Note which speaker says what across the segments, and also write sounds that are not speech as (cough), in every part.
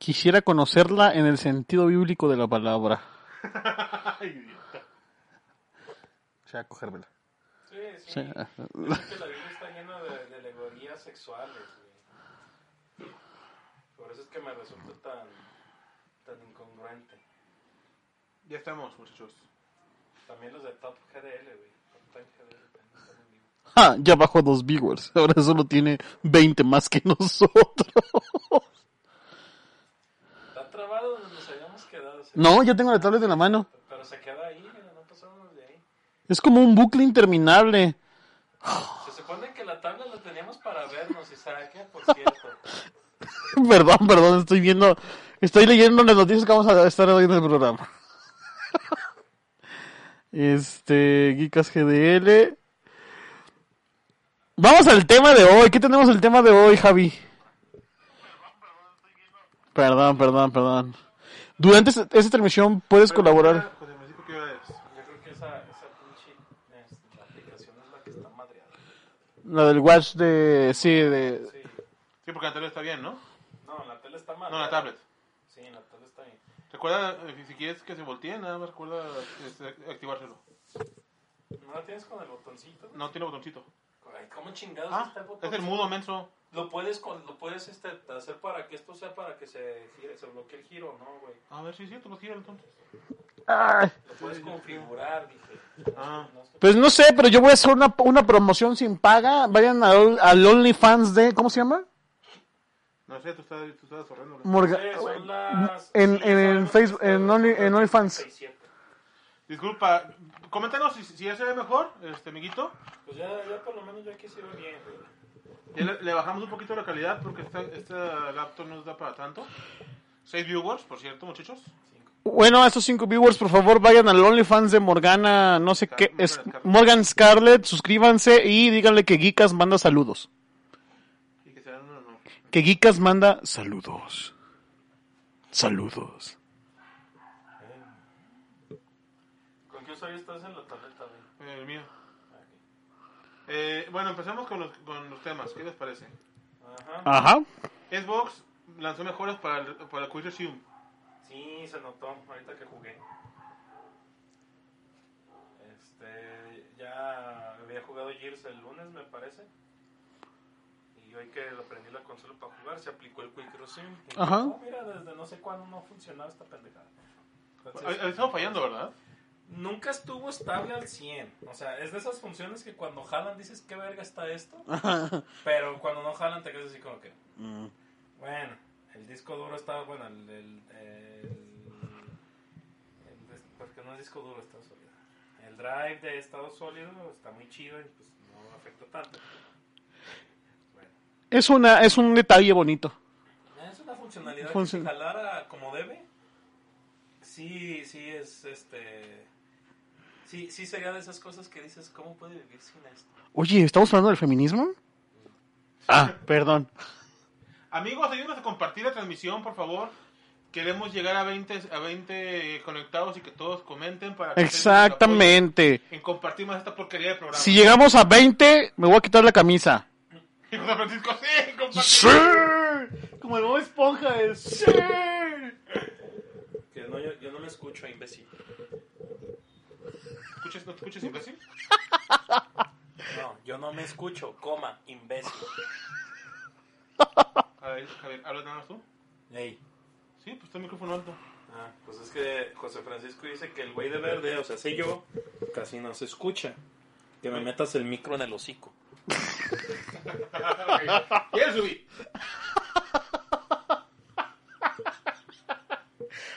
Speaker 1: Quisiera conocerla en el sentido bíblico de la palabra. (laughs) O sea, cogérmela.
Speaker 2: Sí, sí. sí. la Biblia está llena de, de alegorías sexuales. güey. Por eso es que me resulta tan, tan incongruente.
Speaker 3: Ya estamos, muchachos.
Speaker 2: También los de Top GDL, güey. Top GDL. también están en vivo.
Speaker 1: Ah, ya bajó a dos viewers. (laughs) Ahora solo tiene 20 más que (laughs) nosotros.
Speaker 2: Está trabado donde nos habíamos quedado, sí.
Speaker 1: No, yo tengo la tablet en la mano.
Speaker 2: pero se queda ahí, mira, no pasamos de ahí.
Speaker 1: Es como un bucle interminable.
Speaker 2: Se supone que la tabla la teníamos para vernos, Isaac, ¿eh? por cierto.
Speaker 1: (laughs) Perdón, perdón, estoy viendo, estoy leyendo las noticias que vamos a estar hoy en el programa. (laughs) Este, Geekas GDL. Vamos al tema de hoy. ¿Qué tenemos el tema de hoy, Javi? Perdón, perdón, perdón. Durante ese- esa transmisión puedes colaborar.
Speaker 3: José Francisco, ¿qué hora es?
Speaker 2: Yo creo que esa, esa pinche este, aplicación es la que está madreada.
Speaker 1: La del watch de, sí, de,
Speaker 2: Sí.
Speaker 3: Sí, porque la tablet está bien, ¿no?
Speaker 2: No, la tele está
Speaker 3: No,
Speaker 2: madreada.
Speaker 3: la tablet.
Speaker 2: Sí, la tele está bien.
Speaker 3: Recuerda, eh, si- si quieres que se voltee, nada más recuerda este, activárselo.
Speaker 2: ¿No la tienes con el botoncito?
Speaker 3: No tiene botoncito.
Speaker 2: Ay, ¿cómo chingados
Speaker 3: Ah,
Speaker 2: está el botón?
Speaker 3: es el mudo, menso.
Speaker 2: Lo puedes, con- lo puedes este, hacer para que esto sea para que se, gire, se bloquee el giro, ¿no, güey?
Speaker 3: A ver, si es cierto, lo quiero entonces.
Speaker 1: Ay,
Speaker 2: Lo puedes configurar, dije.
Speaker 3: Ah.
Speaker 2: No sé.
Speaker 1: Pues no sé, pero yo voy a hacer una, una promoción sin paga. Vayan al, al OnlyFans de, ¿cómo se llama?
Speaker 3: No sé, tú estás, tú estás horrendo.
Speaker 1: Morga-
Speaker 2: Sí, son las-
Speaker 1: en-
Speaker 2: sí,
Speaker 1: en
Speaker 2: son las
Speaker 1: Facebook- en Only- en OnlyFans.
Speaker 2: 37.
Speaker 3: Disculpa, coméntanos si, si ese es mejor, este amiguito.
Speaker 2: Pues ya, ya por lo menos yo aquí se ve bien, güey.
Speaker 3: Ya le, le bajamos un poquito la calidad porque esta, esta laptop no nos da para tanto. Seis viewers, por cierto, muchachos.
Speaker 1: Bueno, a estos cinco viewers, por favor, vayan al OnlyFans de Morgana, no sé
Speaker 3: Scar-
Speaker 1: qué,
Speaker 3: Morgan
Speaker 1: es
Speaker 3: Scarlett.
Speaker 1: Morgan Scarlett, suscríbanse y díganle que Geekas manda saludos.
Speaker 3: Y que sean uno, no.
Speaker 1: Que Geekas manda saludos. Saludos.
Speaker 2: ¿Con qué usuario estás en la tableta, güey?
Speaker 3: Eh, El mío. Eh, bueno, empezamos con los, con los temas. ¿Qué les parece?
Speaker 2: Ajá.
Speaker 1: Ajá.
Speaker 3: Xbox lanzó mejoras para el, para el Quick Resume.
Speaker 2: Sí, se notó ahorita que jugué. Este, ya había jugado Gears el lunes, me parece. Y hoy que aprendí la consola para jugar, se aplicó el Quick Resume. Y dije,
Speaker 1: Ajá.
Speaker 2: "Oh, mira, desde no sé cuándo no funcionaba esta pendejada. Entonces,
Speaker 3: Ha- ha estado Eh, fallando, ¿verdad?
Speaker 2: nunca estuvo estable al 100. O sea, es de esas funciones que cuando jalan dices, ¿qué verga está esto? Pero cuando no jalan te quedas así como que... Bueno, el disco duro estaba, bueno, el... el, el- el des- porque no es disco duro, está sólido. El drive de estado sólido está muy chido y pues no afecta tanto. Bueno,
Speaker 1: Es una, es un detalle bonito.
Speaker 2: es una funcionalidad
Speaker 1: Funcion-
Speaker 2: que si jalara como debe, sí, sí es este... Sí, sí sería de esas cosas que dices, ¿cómo puede vivir sin esto?
Speaker 1: Oye, ¿estamos hablando del feminismo? Ah, perdón.
Speaker 3: Amigos, ayúdenos a compartir la transmisión, por favor. Queremos llegar a 20, a 20 conectados y que todos comenten para que ustedes nos apoyen
Speaker 1: Exactamente.
Speaker 3: En compartir más esta porquería de programa.
Speaker 1: Si llegamos a 20, me voy a quitar la camisa.
Speaker 3: (laughs) José Francisco, sí, compartir.
Speaker 1: Como el Bob Esponja de sí.
Speaker 2: Que no, yo, yo no me escucho, imbécil.
Speaker 3: ¿Escuchas, ¿No te escuchas, imbécil?
Speaker 2: No, yo no me escucho, coma, imbécil.
Speaker 3: A ver, Javier, ¿hablas nada más tú?
Speaker 2: Ey.
Speaker 3: Sí, pues está el micrófono alto.
Speaker 2: Ah, pues es que José Francisco dice que el güey de verde, o sea, sé yo, casi no se escucha. Que me metas el micro en el hocico.
Speaker 3: Y él subí.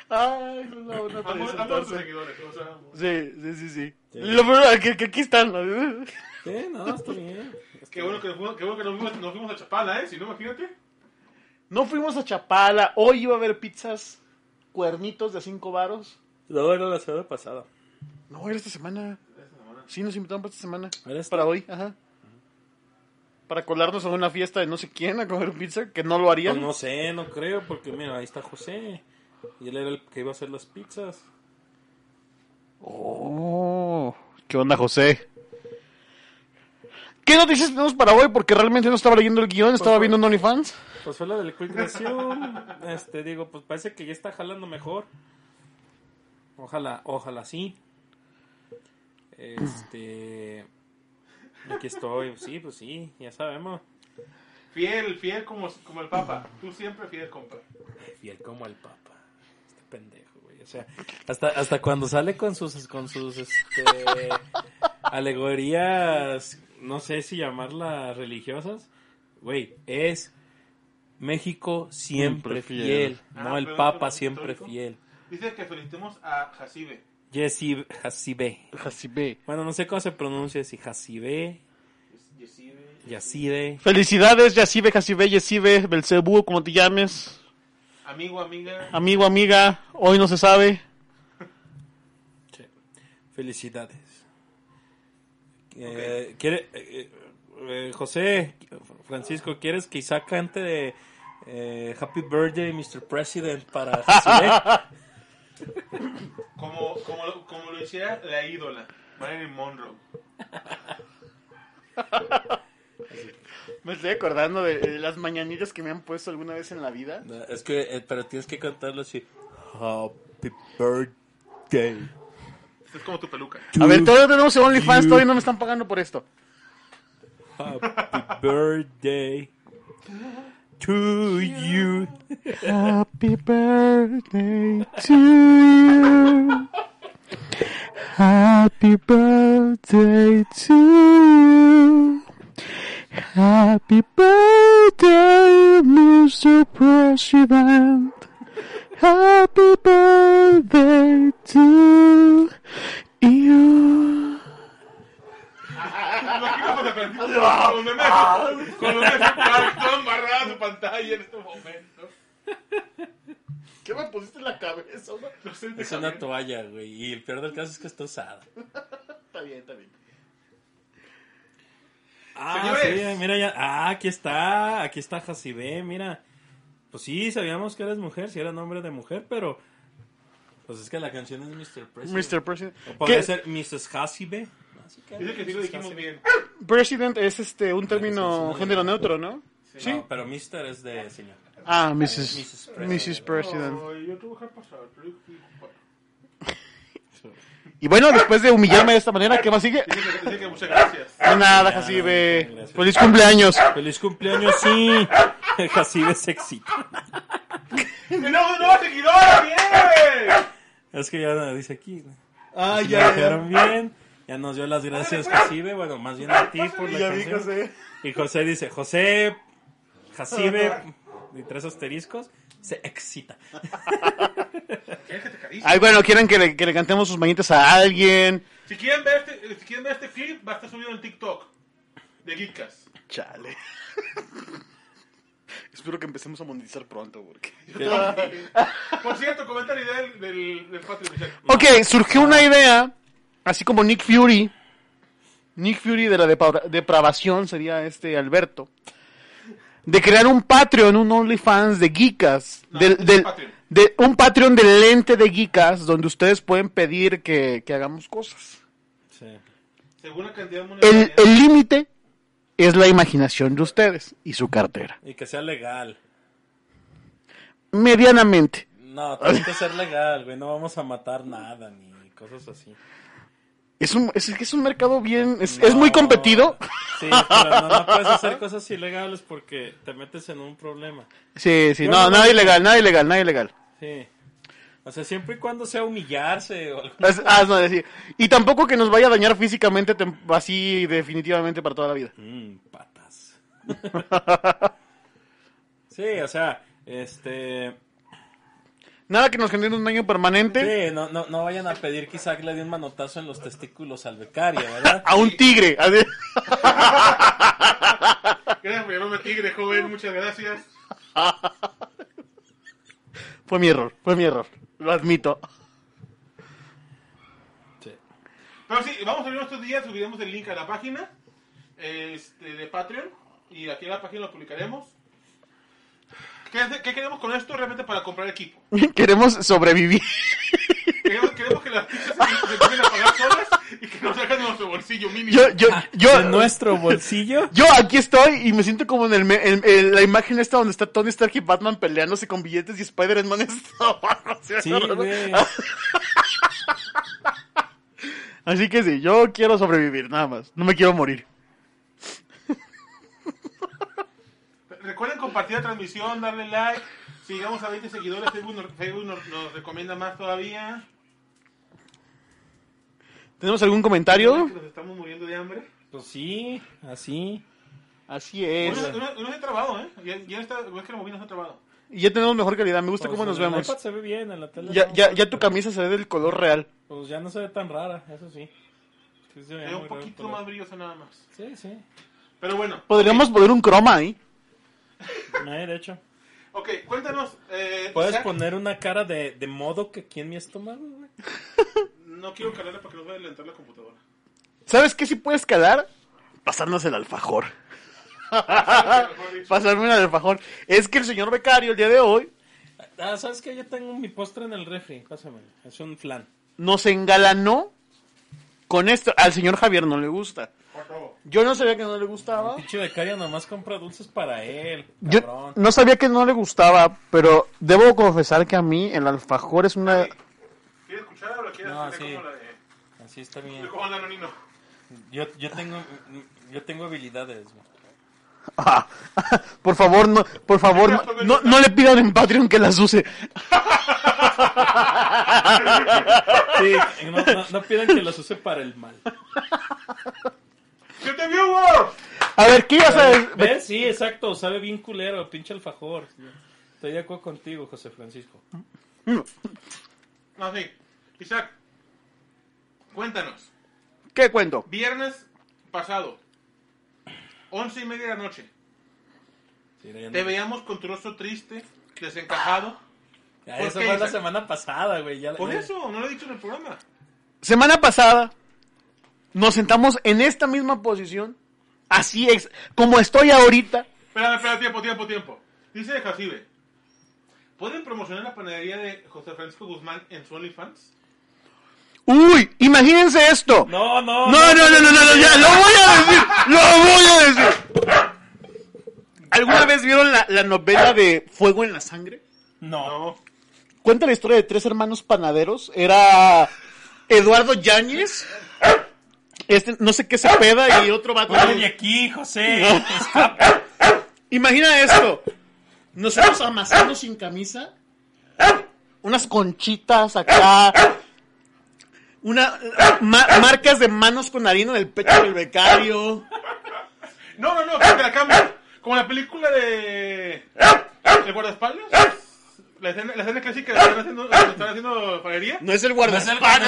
Speaker 1: Ay, es una buena
Speaker 3: Amo amo a tus
Speaker 1: presentación.
Speaker 3: seguidores. o sea, amo.
Speaker 1: Sí, sí, sí, sí. Lo peor es que, que aquí están. ¿no? (laughs)
Speaker 2: Sí, no, está bien. (laughs)
Speaker 3: Qué bueno que, nos fuimos, qué bueno que nos, fuimos, nos fuimos a Chapala, ¿eh? Si no, imagínate.
Speaker 1: No fuimos a Chapala. Hoy iba a haber pizzas cuernitos de 5 varos.
Speaker 2: No, era la semana pasada.
Speaker 1: No, era esta semana. Sí, nos invitaron para esta semana.
Speaker 2: ¿Era esta?
Speaker 1: Para hoy, ajá. Para colarnos a una fiesta de no sé quién a comer pizza, que no lo
Speaker 2: Pues
Speaker 1: harían.
Speaker 2: no sé, no creo, porque mira, ahí está José. Y él era el que iba a hacer las pizzas.
Speaker 1: Oh, ¿qué onda, José? ¿Qué noticias tenemos para hoy? Porque realmente no estaba leyendo el guión, estaba viendo un OnlyFans.
Speaker 2: Pues fue la del Quick Resume. (laughs) Este, digo, pues parece que ya está jalando mejor. Ojalá, ojalá sí. Este. Aquí estoy, sí, pues sí, ya sabemos.
Speaker 3: Fiel, fiel como, como el Papa. Tú siempre fiel, compa.
Speaker 2: Fiel como el Papa. Este pendejo, güey. O sea, hasta, hasta cuando sale con sus, con sus, este, alegorías, no sé si llamarlas religiosas, güey, es México
Speaker 1: Siempre
Speaker 2: siempre, fiel.
Speaker 1: fiel.
Speaker 2: no
Speaker 3: Ah,
Speaker 2: el
Speaker 3: pero
Speaker 2: Papa
Speaker 3: ¿es
Speaker 2: siempre
Speaker 3: histórico?
Speaker 2: fiel.
Speaker 3: Dice que felicitemos a Jacibe.
Speaker 2: Jesse Jacibe.
Speaker 1: Así ve.
Speaker 2: Bueno, no sé cómo se pronuncia, si Jacibe,
Speaker 3: Jacibe.
Speaker 2: Yacide.
Speaker 1: Felicidades, Yacibe, Jacibe, Yesibe, Belcebú, como te llames.
Speaker 3: Amigo, amiga.
Speaker 1: Amigo, amiga, hoy no se sabe.
Speaker 2: Sí. Felicidades. Eh, quiere, eh, eh, José, Francisco, ¿quieres que Isaac cante eh, Happy Birthday, Mr. President para Jacibe?
Speaker 3: Como, como, lo- como lo hiciera la ídola, Marilyn Monroe.
Speaker 1: Me estoy acordando de, de las mañanitas que me han puesto alguna vez en la vida.
Speaker 2: No, (laughs) es que, eh, pero tienes que cantarlo así. Happy Birthday.
Speaker 3: Esta es como tu peluca.
Speaker 1: A ver, todavía no tenemos OnlyFans, todavía no me están pagando por esto.
Speaker 2: Happy Birthday to (laughs) you.
Speaker 1: Happy birthday to you. Happy birthday to you. Happy birthday, Mr. President. Happy birthday to you.
Speaker 3: Imagino que te aprendiste con meme de- con meme de Park, todo embarrado en tu pantalla en este momento.
Speaker 1: ¿Qué me pusiste en la cabeza?
Speaker 3: No sé,
Speaker 2: Es
Speaker 3: te
Speaker 2: una
Speaker 3: cambié.
Speaker 2: toalla, güey. Y el peor del caso es que está usada.
Speaker 1: Está bien, está bien.
Speaker 2: Ah,
Speaker 3: Señores.
Speaker 2: sí, mira ya. Ah, aquí está, aquí está Jacibe, mira. Pues sí, sabíamos que eres mujer, si era nombre de mujer, pero. Pues es que la canción es Mr. President.
Speaker 1: Mr. President.
Speaker 2: O podría ser Mrs. Jacibe. Así
Speaker 3: Dice que sí lo
Speaker 2: Mrs.
Speaker 3: dijimos
Speaker 2: Jacibe.
Speaker 3: bien.
Speaker 1: President es este un
Speaker 2: Sí, sí,
Speaker 1: término
Speaker 2: sí.
Speaker 1: género neutro, ¿no? Sí.
Speaker 2: No, pero Mr. es de señor.
Speaker 1: Ah, Mrs.
Speaker 2: Mrs.
Speaker 1: Mrs. President.
Speaker 3: Ay, yo tuve que pasar, pero yo fui culpable.
Speaker 1: Y bueno, después de humillarme de esta manera, ¿qué más sigue?
Speaker 3: Dice que- dice que muchas (laughs) gracias.
Speaker 1: De nada,
Speaker 2: Ya,
Speaker 1: Jacibe.
Speaker 2: gracias.
Speaker 1: Feliz cumpleaños.
Speaker 2: Feliz cumpleaños, sí. (laughs) Jacibe se excita.
Speaker 3: ¡Tenemos nueva seguidora! ¡Bien!
Speaker 2: Es que ya dice aquí.
Speaker 1: Ah,
Speaker 2: Si lo dijeron bien. Ya nos dio las gracias, Jacibe. Bueno, más bien a ti por la canción. Y José dice, José Jacibe, y tres asteriscos, se excita.
Speaker 3: ¿Quieres que te acaricie?
Speaker 1: Ay, bueno, quieren que le, que le cantemos sus manitas a alguien.
Speaker 3: Si quieren ver este, si quieren ver este clip, va a estar subido en TikTok de Geekcast.
Speaker 1: Chale. (laughs) Espero que empecemos a monetizar pronto, porque...
Speaker 3: Por cierto, comenta la idea del, del, del Patrick Michel.
Speaker 1: Ok, surgió una idea, así como Nick Fury. Nick Fury de la depra- depravación sería este Alberto. De crear un Patreon, un OnlyFans de geekas.
Speaker 3: No,
Speaker 1: del,
Speaker 3: es un
Speaker 1: del-
Speaker 3: Patreon.
Speaker 1: de, un Patreon del lente de geekas donde ustedes pueden pedir que, que hagamos cosas.
Speaker 2: Sí.
Speaker 3: Según la cantidad
Speaker 1: El
Speaker 3: monetaria.
Speaker 1: el límite es la imaginación de ustedes y su cartera.
Speaker 2: Y que sea legal.
Speaker 1: Medianamente.
Speaker 2: No, tiene que ser legal, güey. No vamos a matar nada ni cosas así.
Speaker 1: Es un, es, es un mercado bien... Es,
Speaker 2: No.
Speaker 1: es muy competido.
Speaker 2: Sí, pero no, no puedes hacer cosas ilegales porque te metes en un problema.
Speaker 1: Sí, sí,
Speaker 2: Yo
Speaker 1: no,
Speaker 2: no-
Speaker 1: nada ilegal, nada ilegal, nada ilegal.
Speaker 2: Sí. O sea, siempre y cuando sea humillarse o algo.
Speaker 1: Haz- hazlo decir. Y tampoco que nos vaya a dañar físicamente tem- así definitivamente para toda la vida.
Speaker 2: Mm,
Speaker 1: (laughs)
Speaker 2: patas. sí, o sea, este...
Speaker 1: Nada que nos genere un daño permanente
Speaker 2: Sí, no, no, no vayan a pedir que Isaac le dé un manotazo en los testículos al becario, ¿verdad?
Speaker 1: a un tigre. así. (laughs)
Speaker 3: Gracias por llamarme tigre, joven. Muchas gracias.
Speaker 1: Fue mi error, fue mi error. Lo admito. (laughs)
Speaker 3: Pero sí, vamos a subir estos días, subiremos el link a la página este, de Patreon y aquí en la página lo publicaremos. ¿Qué, hace- qué queremos con esto realmente para comprar equipo?
Speaker 1: Queremos sobrevivir. (laughs)
Speaker 3: Queremos, queremos que las fichas se, se empiecen a pagar solas y que nos sacan de nuestro bolsillo mínimo.
Speaker 1: Yo, yo, (laughs) yo,
Speaker 2: Ah, De nuestro bolsillo.
Speaker 1: (laughs) yo aquí estoy y me siento como en, el, me- en- en la imagen esta donde está Tony Stark y Batman peleándose con billetes y Spider-Man (laughs) está abajo, ¿sí?
Speaker 2: Sí, güey.
Speaker 1: Ah, Así que sí, yo quiero sobrevivir, nada más. No me quiero morir.
Speaker 3: Recuerden compartir la transmisión, darle like. Si llegamos a 20 seguidores, Facebook nos, Facebook nos- nos recomienda más todavía.
Speaker 1: ¿Tenemos algún
Speaker 3: ¿Yo?
Speaker 1: comentario?
Speaker 3: Nos estamos muriendo de hambre.
Speaker 2: Pues sí, así.
Speaker 1: Así
Speaker 3: Uno
Speaker 1: es.
Speaker 3: uno- uno se ha trabado, ¿eh? Ya, ya está, es que lo moví, no se ha trabado.
Speaker 1: Y ya tenemos mejor calidad. Me gusta
Speaker 2: Pues
Speaker 1: cómo nos
Speaker 2: en el
Speaker 1: vemos.
Speaker 2: iPad se ve bien, en la tele.
Speaker 1: Ya,
Speaker 2: no.
Speaker 1: ya, ya tu camisa se ve del color real.
Speaker 2: Pues ya no se ve tan rara, eso sí. Sí se veía
Speaker 3: Era un
Speaker 2: muy raro,
Speaker 3: poquito
Speaker 2: pero-
Speaker 3: más brillosa nada más.
Speaker 2: Sí, sí.
Speaker 3: Pero bueno.
Speaker 1: Podríamos poner un croma ahí.
Speaker 2: No hay derecho.
Speaker 3: Ok, cuéntanos. Eh,
Speaker 2: ¿Puedes
Speaker 3: Isaac,
Speaker 2: poner una cara de, de modo que aquí en mi estómago, güey?
Speaker 3: No quiero calarla porque nos va a adelantar la computadora.
Speaker 1: ¿Sabes qué si puedes calar? Pasarnos el (laughs) alfajor.
Speaker 3: Mejor dicho.
Speaker 1: Pasarme el alfajor. Es que el señor becario el día de hoy
Speaker 2: Ah, ¿sabes qué? Yo tengo mi postre en el refri, pásame. Es un flan.
Speaker 1: nos engalanó con esto. Al señor Javier no le gusta.
Speaker 3: Por favor.
Speaker 1: Yo no sabía que no le gustaba.
Speaker 2: Pinche becaria nomás compra dulces para él,
Speaker 1: Yo
Speaker 2: cabrón.
Speaker 1: no sabía que no le gustaba, pero debo confesar que a mí el alfajor es una...
Speaker 3: ¿Quieres escuchar o la quieres
Speaker 2: No,
Speaker 3: hacer
Speaker 2: sí.
Speaker 3: como la de,
Speaker 2: Así está bien.
Speaker 3: de Juan Anonino?
Speaker 2: Yo, yo tengo yo tengo habilidades, güey.
Speaker 1: Ah, (laughs) por favor, no, por favor, no, no, no le pidan en Patreon que las (laughs) use.
Speaker 2: Sí, no, no, no pidan que las use para
Speaker 1: (laughs)
Speaker 2: el mal.
Speaker 3: ¡Siete viewers!
Speaker 1: A ver, ¿qué ibas a decir?
Speaker 2: ¿Ves? Sí, exacto, sabe bien culero, pinche alfajor. Estoy de acuerdo contigo, José Francisco.
Speaker 3: No, Ah, sí. Isaac, cuéntanos.
Speaker 1: ¿Qué cuento?
Speaker 3: Viernes pasado, once y media de la noche,
Speaker 2: Sí, no, ya no-
Speaker 3: te veíamos con tu rostro triste, desencajado.
Speaker 2: Ya,
Speaker 3: ¿Por
Speaker 2: Ah, eso
Speaker 3: qué,
Speaker 2: fue la
Speaker 3: Isaac?
Speaker 2: semana pasada, güey. Ya, eh.
Speaker 3: Por
Speaker 2: ya-
Speaker 3: eso, no lo he dicho en el programa.
Speaker 1: Semana pasada nos sentamos en esta misma posición, así ex- como estoy ahorita.
Speaker 3: Espera, espera, tiempo, tiempo, tiempo. Dice Jacibe, ¿pueden promocionar la panadería de José Francisco Guzmán en su OnlyFans?
Speaker 1: Uy, imagínense esto. No,
Speaker 2: No, no.
Speaker 1: no, no, no, no, no, ya, lo voy a decir, lo voy a decir. ¿Alguna vez vieron la, la novela de Fuego en la Sangre?
Speaker 2: No.
Speaker 1: Cuenta la historia de tres hermanos panaderos. Era Eduardo Yáñez, este, no sé qué se peda, y otro vato.
Speaker 2: Oye, de aquí, José.
Speaker 1: Imagina esto. Nosotros amasando sin camisa. Unas conchitas acá. Una, ma- marcas de manos con harina en el pecho del becario.
Speaker 3: No, no, no, que te la cambio. Como la película de. ¿El guardaespaldas? La escena, la escena clásica de que están haciendo, que están haciendo panadería.
Speaker 1: No es el
Speaker 2: No es el
Speaker 1: guardaespaldas,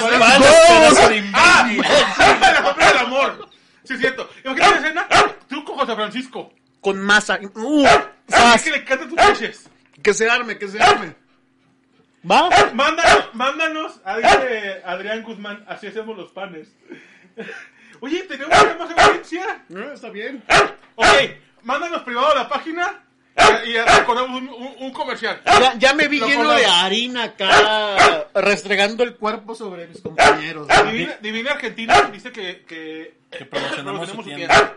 Speaker 1: es
Speaker 2: guardaespaldas, pedazo
Speaker 1: el
Speaker 2: de
Speaker 1: guardaespaldas.
Speaker 2: imbécil.
Speaker 1: Ah,
Speaker 3: (laughs) la compra del amor! Sí, es cierto. Imagínate la escena, tú con José Francisco.
Speaker 1: Con masa. Uh,
Speaker 2: Ah,
Speaker 3: Así
Speaker 1: sas.
Speaker 3: que le canta tus leches.
Speaker 1: Que se arme, que se arme. ¿Va?
Speaker 3: Mándanos, mándanos, a dice Adrián Guzmán, así hacemos los panes. (laughs) Oye, tenemos una más audiencia.
Speaker 1: No, Eh, está bien.
Speaker 3: Ok, mándanos privado a la página y, y acordamos un, un- un comercial.
Speaker 1: Ya, ya me vi
Speaker 3: Lo
Speaker 1: lleno
Speaker 3: colamos.
Speaker 1: de harina acá, restregando el cuerpo sobre mis compañeros.
Speaker 3: Divina, Divina Argentina dice que, que,
Speaker 2: Que promocionamos su
Speaker 3: su
Speaker 2: tienda.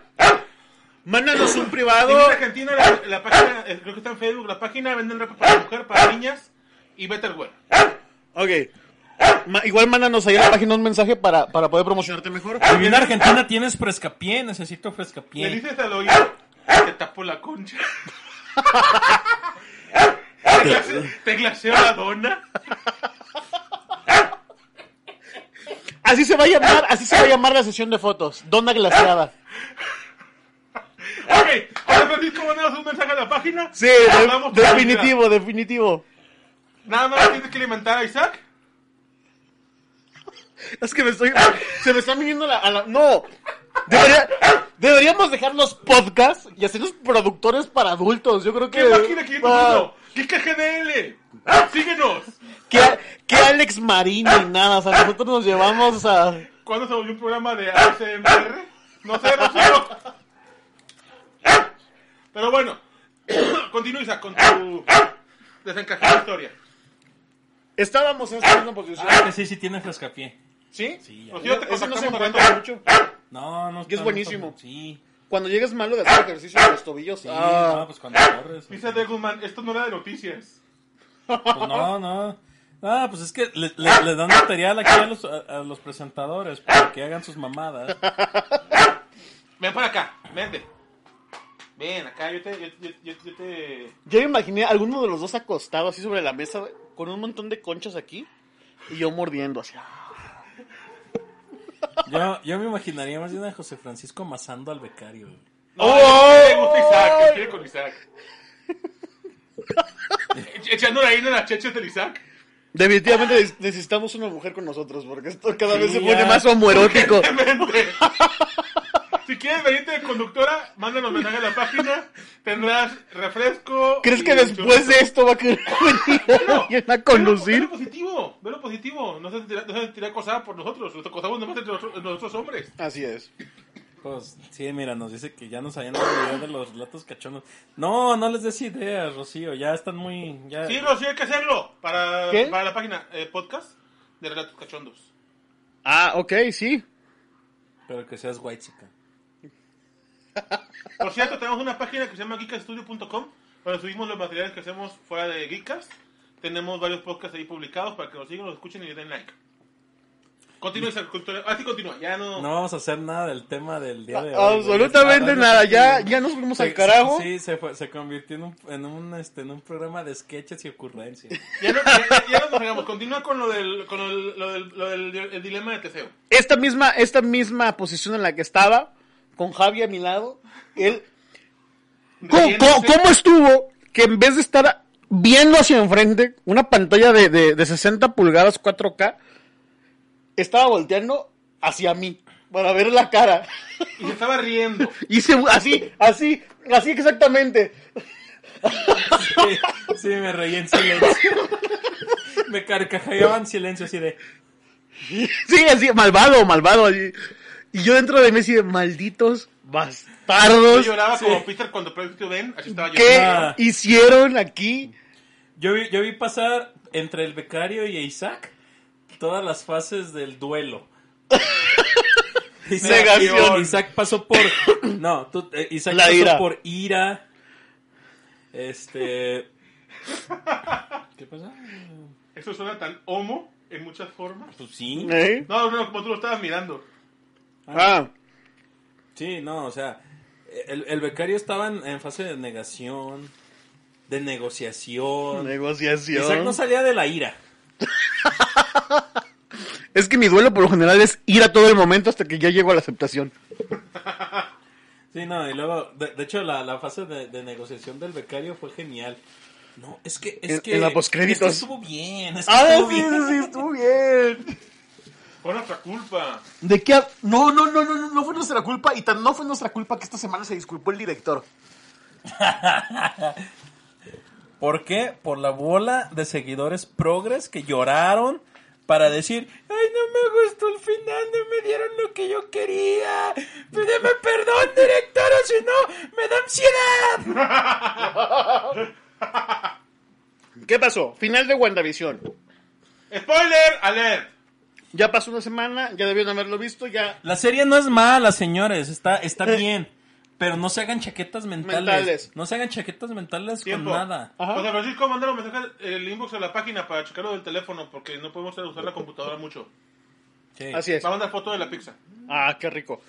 Speaker 1: Mándanos un privado.
Speaker 3: Divina Argentina, la, la página, eh, creo que está en Facebook, la página venden ropa para mujer, para niñas y Betterware.
Speaker 1: Ok. Ma- igual mándanos ahí a la página un mensaje para, para poder promocionarte mejor.
Speaker 2: Si bien Argentina tienes frescapié, necesito
Speaker 3: Le
Speaker 2: frescapié.
Speaker 3: dices al oído, te tapo la
Speaker 1: (laughs)
Speaker 3: concha. te, glase- te glaseo la dona.
Speaker 1: Así se va a llamar, así se va a llamar la sesión de fotos. Dona glaciada.
Speaker 3: Ok, José Francisco, mándanos un mensaje a la página.
Speaker 1: Sí,
Speaker 3: Hablamos tu
Speaker 1: definitivo, definitivo.
Speaker 3: realidad. Nada más tienes que alimentar a Isaac.
Speaker 1: Es que me estoy, se me está viniendo la, a la- no. Debería, Deberíamos dejar los podcasts y hacerlos productores para adultos. Yo creo que.
Speaker 3: ¿Qué página
Speaker 1: Ah,
Speaker 3: 501? Kika GDL. Síguenos.
Speaker 1: que, que Alex Marini, nada. O sea, nosotros nos llevamos a.
Speaker 3: ¿Cuándo se volvió un programa de ASMR? No sé, Rocío. Pero bueno, (coughs) continúa Isaac, con tu desencajada historia.
Speaker 1: Estábamos en esta misma posición.
Speaker 2: Ah, que sí, sí tiene frescapié.
Speaker 1: ¿Sí?
Speaker 2: Sí, ya.
Speaker 3: Rocío, Pues te
Speaker 1: Ese no se
Speaker 3: contactamos
Speaker 1: encuentra
Speaker 3: hablando.
Speaker 1: mucho.
Speaker 2: No, no.
Speaker 1: Que es
Speaker 2: no,
Speaker 1: buenísimo.
Speaker 2: no, Sí.
Speaker 1: Cuando llegas malo de hacer ejercicio en los tobillos.
Speaker 2: Sí,
Speaker 1: ah.
Speaker 2: no, pues cuando corres.
Speaker 3: Dice de Guzmán, esto no era de noticias.
Speaker 2: Pues no, no. Ah, pues es que le, le- le dan material aquí a los, a, a los presentadores para que hagan sus mamadas.
Speaker 3: Ven para acá, vente. Ven acá, yo te. Yo, yo, yo- yo te...
Speaker 1: Ya me imaginé a alguno de los dos acostado así sobre la mesa, güey, con un montón de conchas aquí. Y yo mordiendo así.
Speaker 2: Yo, yo me imaginaría más bien a José Francisco masando al becario. güey.
Speaker 3: No, le gusta Isaac, él quiere con (laughs) Isaac. Ech- Echándole ahí en las chechas del Isaac.
Speaker 1: Definitivamente neces- necesitamos una mujer con nosotros, porque esto cada
Speaker 2: Sí,
Speaker 1: vez se
Speaker 2: ya.
Speaker 1: pone más homoerótico.
Speaker 3: Vente. Si quieres venirte de conductora, mándanos mensaje a la página. Tendrás refresco.
Speaker 1: ¿Crees
Speaker 3: y
Speaker 1: que después de esto va a querer venir alguien a
Speaker 3: Ve
Speaker 1: conducir?
Speaker 3: lo positivo, ve lo positivo. No se tira, no se tira cosa por nosotros. Nos acosamos nomás entre nosotros, nosotros hombres.
Speaker 1: Así es.
Speaker 2: Pues sí, mira, nos dice que ya nos habían olvidado de los relatos cachonos. No, no les des ideas, Rocío. Ya están muy. Ya,
Speaker 3: Sí, Rocío, hay que hacerlo. Para,
Speaker 1: ¿Qué?
Speaker 3: para la página eh, podcast de Relatos Cachondos.
Speaker 1: Ah, ok, sí.
Speaker 2: Pero que seas white chica.
Speaker 3: Por cierto, tenemos una página que se llama geekastudio.com donde subimos los materiales que hacemos fuera de Geekas. Tenemos varios podcasts ahí publicados para que nos sigan, nos escuchen y le den like. Continúa, Isaac, continúa. Ah, sí, continúa. Ya no...
Speaker 2: No vamos a hacer nada del tema del día de hoy. güey.
Speaker 1: Absolutamente
Speaker 2: Ah,
Speaker 1: nada,
Speaker 2: sí.
Speaker 1: ya, ya nos fuimos al
Speaker 2: Se-
Speaker 1: carajo.
Speaker 2: Sí, se, fue- se convirtió en un, en, un, este, en un programa de sketches
Speaker 1: (laughs)
Speaker 2: y ocurrencias.
Speaker 3: Ya no, ya, ya- ya no nos regamos. Continúa con lo del, con el, lo del, lo del el dilema de Teseo.
Speaker 1: Esta misma, esta misma posición en la que estaba, con Javi a mi lado, él... ¿Cómo, cómo- cómo estuvo que en vez de estar viendo hacia enfrente una pantalla de, de- de 60 pulgadas 4K, estaba volteando hacia mí para ver la cara?
Speaker 3: Y se estaba riendo.
Speaker 1: (laughs) Y se- así, así, así exactamente.
Speaker 2: Sí, sí, me reí en silencio. Me carcajeaba en silencio así de...
Speaker 1: Sí, así, malvado, malvado. así. Y yo dentro de mí así de malditos
Speaker 3: Yo
Speaker 1: bastardos.
Speaker 3: lloraba como Peter cuando Proyecto Ben. Así estaba yo.
Speaker 1: ¿Qué
Speaker 2: Ah.
Speaker 1: hicieron aquí?
Speaker 2: Yo vi, yo vi pasar entre el becario y Isaac todas las fases del duelo. Isaac,
Speaker 1: (laughs) Negación.
Speaker 2: Isaac pasó por... No, tú- eh, Isaac
Speaker 1: La
Speaker 2: pasó
Speaker 1: ira.
Speaker 2: por ira. Este... ¿Qué pasa?
Speaker 3: Eso suena tan homo en muchas formas.
Speaker 2: Pues sí.
Speaker 1: ¿Eh?
Speaker 3: No, no, como tú lo estabas mirando.
Speaker 1: Ah,
Speaker 2: Sí, no, o sea, el, el becario estaba en, en fase de negación, de negociación.
Speaker 1: Ah, negociación.
Speaker 2: Isaac no salía de la ira.
Speaker 1: Es que mi duelo por lo general es ir a todo el momento hasta que ya llego a la aceptación.
Speaker 2: Sí, no, y luego, de, de hecho, la, la fase de, de negociación del becario fue genial. No, es que, es
Speaker 1: En-
Speaker 2: que.
Speaker 1: en la postcréditos.
Speaker 2: es que estuvo bien, es que
Speaker 1: Ah,
Speaker 2: estuvo
Speaker 1: sí,
Speaker 2: bien.
Speaker 1: sí, sí, estuvo bien.
Speaker 3: Fue nuestra culpa.
Speaker 1: ¿De qué? hab- No, no, no, no, no, no fue nuestra culpa y tan no fue nuestra culpa que esta semana se disculpó el director.
Speaker 2: ¿Por qué? Por la bola de seguidores progres que lloraron para decir, ay, no me gustó el final, no me dieron lo que yo quería. Pídeme perdón, director, o si no, me da ansiedad.
Speaker 1: ¿Qué pasó? Final de WandaVision.
Speaker 3: ¡Spoiler alert!
Speaker 1: Ya pasó una semana, ya debieron haberlo visto, ya
Speaker 2: La serie no es mala, señores, está, está bien. Pero no se hagan chaquetas mentales.
Speaker 1: Eh. Mentales.
Speaker 2: No se hagan chaquetas mentales
Speaker 3: Tiempo.
Speaker 2: con nada.
Speaker 1: Ajá.
Speaker 3: José Francisco, mandaron mensaje el inbox a la página para checarlo del teléfono porque no podemos usar la computadora mucho.
Speaker 2: Sí.
Speaker 1: así es.
Speaker 3: Va a mandar foto de la pizza.
Speaker 1: Ah, qué rico.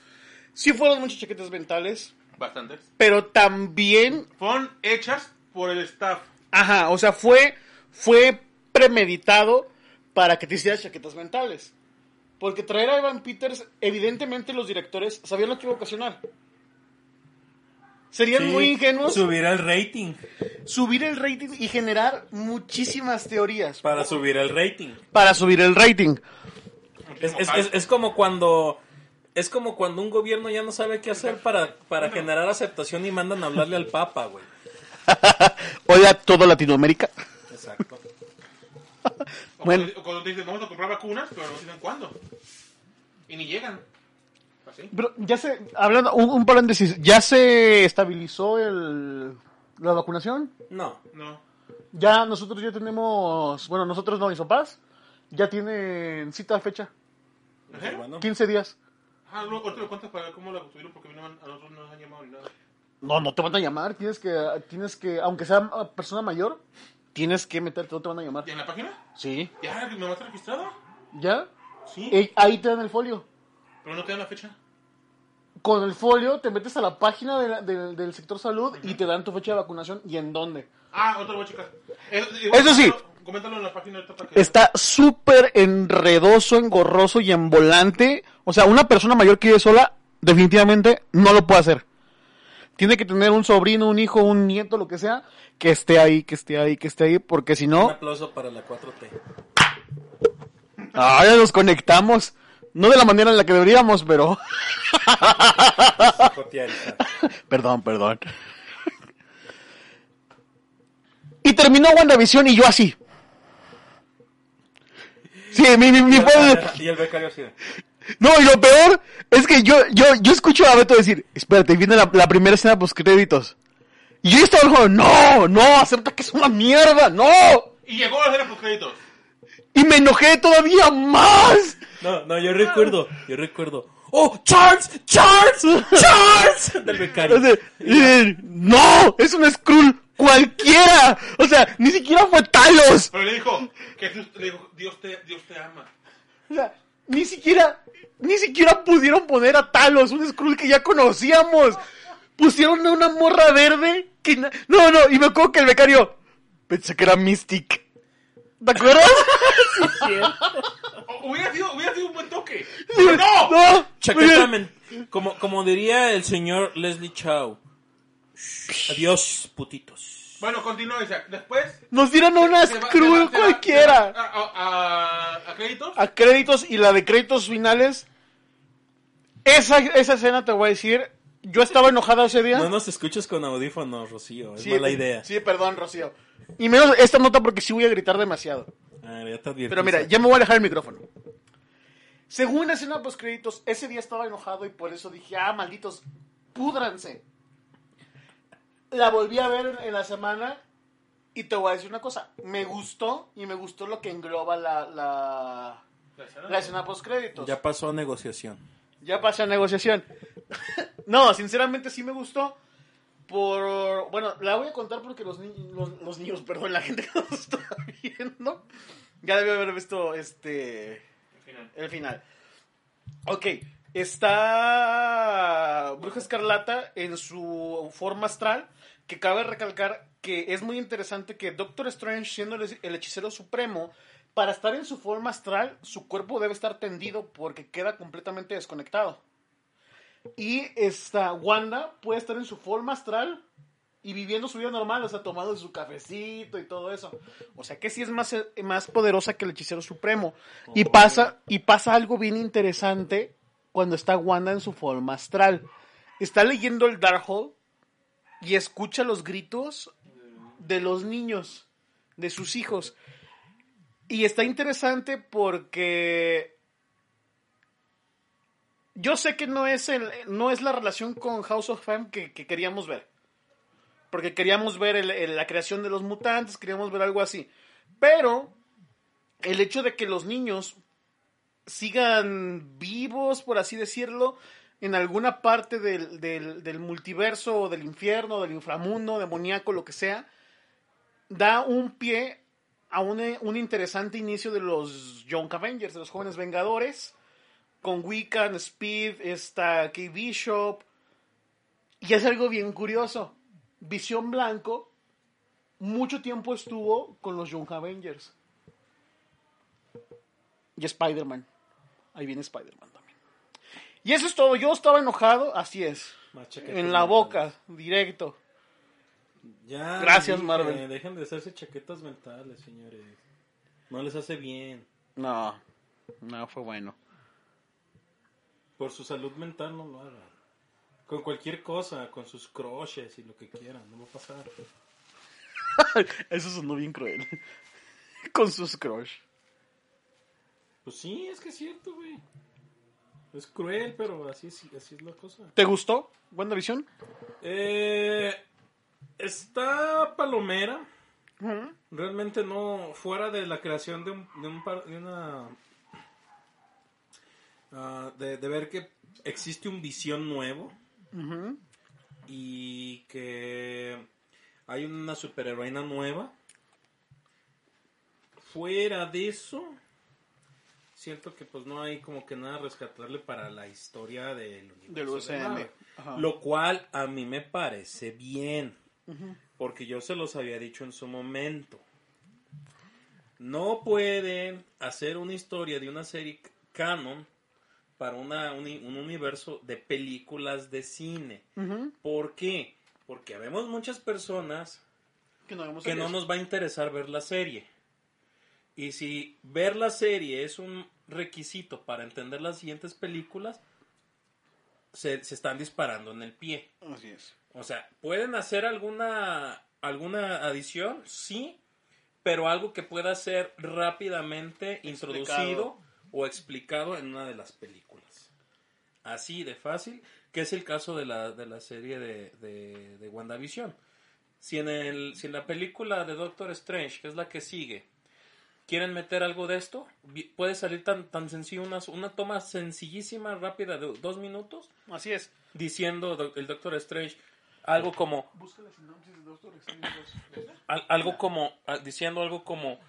Speaker 1: Sí fueron muchas chaquetas mentales,
Speaker 3: Bastantes.
Speaker 1: pero también
Speaker 3: Fueron hechas por el staff.
Speaker 1: Ajá, o sea, fue, fue premeditado para que te hicieras chaquetas mentales. Porque traer a Evan Peters, evidentemente los directores sabían lo que iba a ocasionar. Serían
Speaker 2: Sí,
Speaker 1: muy ingenuos
Speaker 2: Subir el rating.
Speaker 1: subir el rating y generar muchísimas teorías
Speaker 2: Para subir el rating.
Speaker 1: para subir el rating.
Speaker 2: Es, es- es- es como cuando Es como cuando un gobierno ya no sabe qué hacer para, para generar aceptación y mandan a hablarle al Papa, güey.
Speaker 1: Oiga, todo Latinoamérica.
Speaker 2: Exacto.
Speaker 3: O
Speaker 1: Bueno.
Speaker 3: cuando- o cuando te dicen, vamos a comprar vacunas, pero no dicen cuándo. Y ni llegan. Así.
Speaker 1: Pero ya se, hablando, un, un paréntesis, ¿ya se estabilizó el, la vacunación?
Speaker 2: No.
Speaker 3: No.
Speaker 1: Ya nosotros ya tenemos, bueno, nosotros no, mis papás, ya tienen cita fecha,
Speaker 3: ¿En
Speaker 2: Pues
Speaker 3: serio?
Speaker 2: bueno.
Speaker 1: 15 días.
Speaker 3: Ah, no, ahorita me cuentas para ver cómo la construyeron porque a, mí no me han- a nosotros no nos han llamado ni nada.
Speaker 1: No, no te van a llamar, tienes que, tienes que, aunque sea ah, persona mayor, tienes que meterte, no te van a llamar.
Speaker 3: ¿Y en la página?
Speaker 1: Sí.
Speaker 3: ¿Ya me has registrado?
Speaker 1: ¿Ya?
Speaker 3: Sí.
Speaker 1: Eh, ahí te dan el folio.
Speaker 3: Pero no te dan la fecha.
Speaker 1: Con el folio te metes a la página de la- del- del sector salud y te dan tu fecha de vacunación y en dónde.
Speaker 3: Ah, ahorita lo voy a checar. Eso,
Speaker 1: Eso sí.
Speaker 3: Eh, coméntalo- Coméntalo en la página ahorita para que.
Speaker 1: Está súper enredoso, engorroso y embolante. O sea, una persona mayor que vive sola, definitivamente no lo puede hacer. Tiene que tener un sobrino, un hijo, un nieto, lo que sea, que esté ahí, que esté ahí, que esté ahí, porque si
Speaker 2: Un
Speaker 1: no,
Speaker 2: aplauso para la
Speaker 1: (laughs)
Speaker 2: 4T.
Speaker 1: ahora nos conectamos. No de la manera en la que deberíamos, pero. (laughs)
Speaker 2: Jotiarita.
Speaker 1: Perdón, perdón. Y terminó WandaVision y yo así. Sí, mi, mi, mi fue-
Speaker 2: Y el becario así. de,
Speaker 1: No, y lo peor es que yo, yo, yo escucho a Beto decir, espérate, viene la, la primera escena post créditos. Y yo estaba como, no, no, acepta que es una mierda, no.
Speaker 3: Y llegó a hacer los créditos.
Speaker 1: Y me enojé todavía más.
Speaker 2: No, no, yo recuerdo, yo recuerdo. ¡Oh, Charles! ¡Charles! ¡Charles! Del
Speaker 1: (laughs)
Speaker 2: becario.
Speaker 1: O sea, eh, no, es un Skrull cualquiera. O sea, ni siquiera fue Talos.
Speaker 3: Pero le dijo, que Jesús- le dijo, Dios te, Dios te ama.
Speaker 1: O sea, ni siquiera, ni siquiera pudieron poner a Talos, un Skrull que ya conocíamos. Pusieron a una morra verde que... na- No, no, y me acuerdo que el becario pensé que era Mystic. ¿Te acuerdas?
Speaker 3: O- hubiera, sido, hubiera sido un buen toque.
Speaker 1: Digo,
Speaker 3: Pero (laughs) ¡No!
Speaker 1: ¡No!
Speaker 2: Chaqueta men- como, como diría el señor Leslie Chow. Adiós, putitos.
Speaker 3: Bueno, continúa, Isaac. Después.
Speaker 1: Nos dieron a una
Speaker 3: se va-
Speaker 1: Skrull
Speaker 3: se va- se va- se
Speaker 1: cualquiera. Ah.
Speaker 3: va A, a- a- a créditos.
Speaker 1: A créditos y la de créditos finales. Esa, esa escena te voy a decir, yo estaba enojada ese día.
Speaker 2: No nos escuches con audífonos, Rocío. Es mala idea.
Speaker 1: Sí, perdón, Rocío. Y menos esta nota porque sí voy a gritar demasiado.
Speaker 2: Ah, ya te advertí,
Speaker 1: Pero mira,
Speaker 2: Isaac.
Speaker 1: ya me voy a alejar el micrófono. Según la escena post créditos, ese día estaba enojado y por eso dije, ah, malditos, pudranse. La volví a ver en la semana y te voy a decir una cosa. Me gustó y me gustó lo que engloba la, la, la escena post créditos.
Speaker 2: Ya pasó a negociación.
Speaker 1: Ya pasé a negociación. (laughs) no, sinceramente sí me gustó. Por. Bueno, la voy a contar porque los, ni- los, los niños, perdón, la gente que nos está viendo. Ya debió haber visto este. El final. Ok. Está Bruja Escarlata en su forma astral. Que cabe recalcar que es muy interesante que Doctor Strange, siendo el, el hechicero supremo, para estar en su forma astral, su cuerpo debe estar tendido porque queda completamente desconectado. Y esta Wanda puede estar en su forma astral y viviendo su vida normal, o sea, tomando su cafecito y todo eso. O sea, que sí es más, eh, más poderosa que el hechicero supremo. Y pasa, y pasa algo bien interesante cuando está Wanda en su forma astral. Está leyendo el Darkhold y escucha los gritos de los niños, de sus hijos. Y está interesante porque yo sé que no es, el, no es la relación con House of Fame que, que queríamos ver. Porque queríamos ver el- el- la creación de los mutantes, queríamos ver algo así. Pero el hecho de que los niños sigan vivos, por así decirlo, en alguna parte del, del- del multiverso, o del infierno, o del inframundo, demoníaco, lo que sea, da un pie a un, eh, un interesante inicio de los Young Avengers, de los jóvenes Vengadores, con Wiccan, Speed, está Kate Bishop, y es algo bien curioso. Visión Blanco mucho tiempo estuvo con los Young Avengers. Y Spider-Man. Ahí viene Spider-Man también. Y eso es todo. Yo estaba enojado, así es.
Speaker 2: Más chaquetas
Speaker 1: En la
Speaker 2: mentales.
Speaker 1: boca, directo.
Speaker 2: Ya
Speaker 1: Gracias,
Speaker 2: dije,
Speaker 1: Marvel.
Speaker 2: Dejen de hacerse chaquetas mentales, señores. No les hace bien.
Speaker 1: No, no fue bueno.
Speaker 2: Por su salud mental no lo hagan. Con cualquier cosa, con sus croches y lo que quieran, no va a pasar.
Speaker 1: (laughs) Eso sonó bien cruel. Con sus crush.
Speaker 2: Pues sí, es que es cierto, güey. Es cruel, pero así es, así es la cosa.
Speaker 1: ¿Te gustó? ¿Buena visión?
Speaker 2: Eh, está Palomera. Realmente no, fuera de la creación de, un, de, un par- de una... ah, de, de ver que existe un visión nuevo y que hay una superheroína nueva. Fuera de eso, siento que pues no hay como que nada rescatable para la historia del universo.
Speaker 1: Del
Speaker 2: de
Speaker 1: UCM.
Speaker 2: Marvel.
Speaker 1: Ajá.
Speaker 2: Lo cual a mí me parece bien. Porque yo se los había dicho en su momento. No pueden hacer una historia de una serie c- canon para una, uni- un universo de películas de cine. ¿Por qué? Porque habemos muchas personas
Speaker 1: Que no vemos
Speaker 2: que no nos va a interesar ver la serie. Y si ver la serie es un requisito para entender las siguientes películas, se, se están disparando en el pie.
Speaker 1: Así es.
Speaker 2: O sea, ¿pueden hacer alguna, alguna adición? Sí, pero algo que pueda ser rápidamente introducido o explicado en una de las películas. Así de fácil, que es el caso de la, de la serie de, de, de WandaVision. Si en, el, si en la película de Doctor Strange, que es la que sigue, quieren meter algo de esto, vi- puede salir tan, tan sencillo, una, una toma sencillísima, rápida, de dos minutos,
Speaker 1: Así es.
Speaker 2: diciendo doc- el Doctor Strange algo como al- algo como ah, diciendo algo como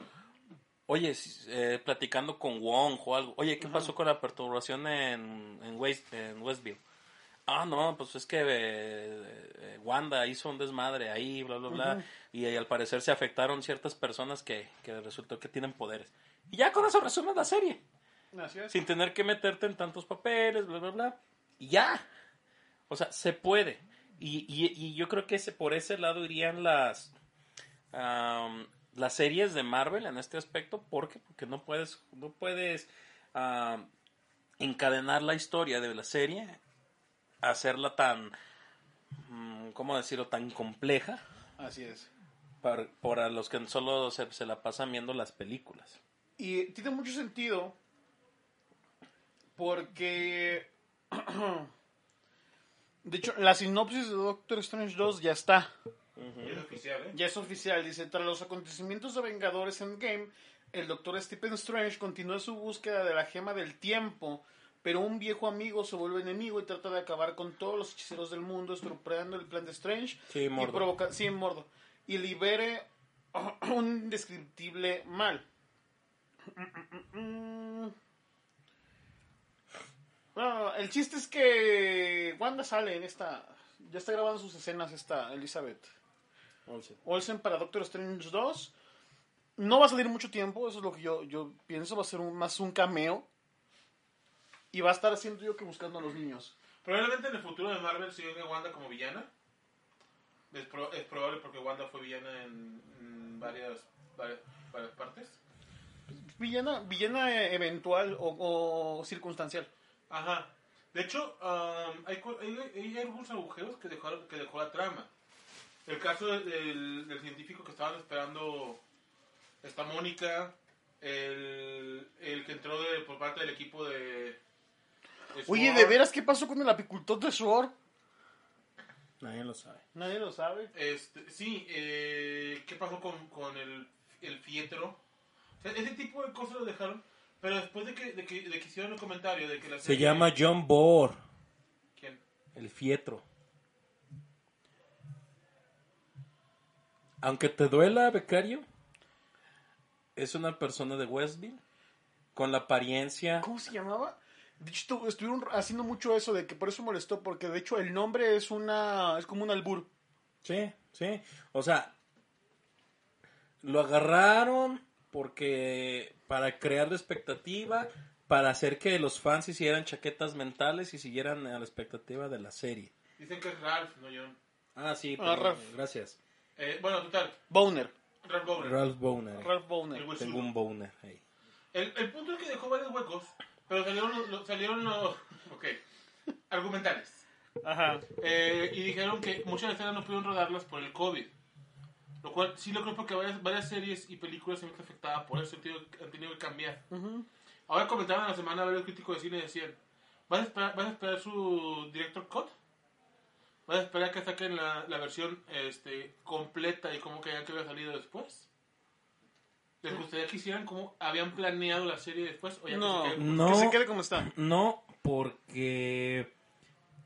Speaker 2: oye s- eh, platicando con Wong o algo oye qué pasó con la perturbación en en, West- en Westview ah no pues es que eh, eh, Wanda hizo un desmadre ahí bla bla bla y, eh, al parecer se afectaron ciertas personas que que resultó que tienen poderes y ya con eso resumes la serie
Speaker 1: Así es.
Speaker 2: sin tener que meterte en tantos papeles, bla, bla, bla. Y ya. O sea, se puede. Y, y- y yo creo que ese, por ese lado irían las, am, las series de Marvel en este aspecto. ¿Por qué? Porque no puedes, no puedes am, encadenar la historia de la serie, hacerla tan, mm, ¿cómo decirlo?, tan compleja
Speaker 1: Así es.
Speaker 2: para, para los que solo se, se la pasan viendo las películas.
Speaker 1: Y tiene mucho sentido porque... (clears throat) De hecho, la sinopsis de Doctor Strange 2 ya está.
Speaker 3: Es oficial, ¿eh?
Speaker 1: Ya es oficial, dice, tras los acontecimientos de Vengadores Endgame, el doctor Stephen Strange continúa su búsqueda de la gema del tiempo, pero un viejo amigo se vuelve enemigo y trata de acabar con todos los hechiceros del mundo, estropeando el plan de Strange
Speaker 2: Sí,
Speaker 1: y
Speaker 2: Mordo.
Speaker 1: provoca sí, Mordo, y libere (clears throat) un indescriptible mal. Bueno, el chiste es que Wanda sale en esta, ya está grabando sus escenas esta Elizabeth. Olsen para Doctor Strange 2. No va a salir mucho tiempo, eso es lo que yo, yo pienso. Va a ser un- más un cameo. Y va a estar haciendo yo que buscando a los niños.
Speaker 3: Probablemente en el futuro de Marvel se venga Wanda como villana. Es, pro- es probable porque Wanda fue villana en, en varias, varias, varias partes.
Speaker 1: Villana, villana eh, eventual o, o circunstancial.
Speaker 3: Ajá. De hecho, am, hay, cu- hay, hay algunos agujeros que dejó, que dejó la trama. El caso de- del, del científico que estaban esperando esta Mónica, el, el que entró de- por parte del equipo de... de
Speaker 1: Oye,
Speaker 3: Sword.
Speaker 1: ¿de veras qué pasó con el apicultor de Sword?
Speaker 2: Nadie lo sabe.
Speaker 1: Nadie lo sabe.
Speaker 3: Este, sí, eh, ¿qué pasó con, con el, el fietro? O sea, ese tipo de cosas lo dejaron, pero después de que, de que, de que hicieron el comentario de que la
Speaker 2: Se
Speaker 3: serie-
Speaker 2: llama John Bohr,
Speaker 3: ¿Quién?
Speaker 2: el fietro. Aunque te duela, becario, es una persona de Westville con la apariencia.
Speaker 1: ¿Cómo se llamaba? De hecho, estu- estuvieron haciendo mucho eso de que por eso molestó, porque de hecho el nombre es una. es como un albur.
Speaker 2: Sí, sí. O sea, lo agarraron porque para crear la expectativa, para hacer que los fans hicieran chaquetas mentales y siguieran a la expectativa de la serie.
Speaker 3: Dicen que es Ralph, no John.
Speaker 2: Ah, sí,
Speaker 1: Ah,
Speaker 2: perdón,
Speaker 1: Ralph.
Speaker 2: gracias.
Speaker 3: Eh, bueno, total,
Speaker 1: Boner.
Speaker 3: Ralph Bowler.
Speaker 2: Ralph Boner.
Speaker 1: Ralph Boner.
Speaker 3: El huesudo.
Speaker 2: Tengo un boner ahí.
Speaker 3: El, el punto es que dejó varios huecos Pero salieron, los- los- salieron los. Ok. Argumentales.
Speaker 1: Ajá.
Speaker 3: Eh, y dijeron que muchas escenas no pudieron rodarlas por el COVID. Lo cual sí lo creo porque varias, varias series y películas se ven afectadas por eso han tenido, han tenido que cambiar. Ahora comentaban en la semana varios críticos de cine decían, ¿vas a esperar, vas a esperar su director cut? ¿Vas a esperar que saquen la, la versión este, completa y cómo creían que había salido después? ¿Les gustaría que hicieran como habían planeado la serie después? O ya que
Speaker 1: No,
Speaker 3: se quede como-
Speaker 2: No.
Speaker 1: Que se quede como está.
Speaker 2: No, porque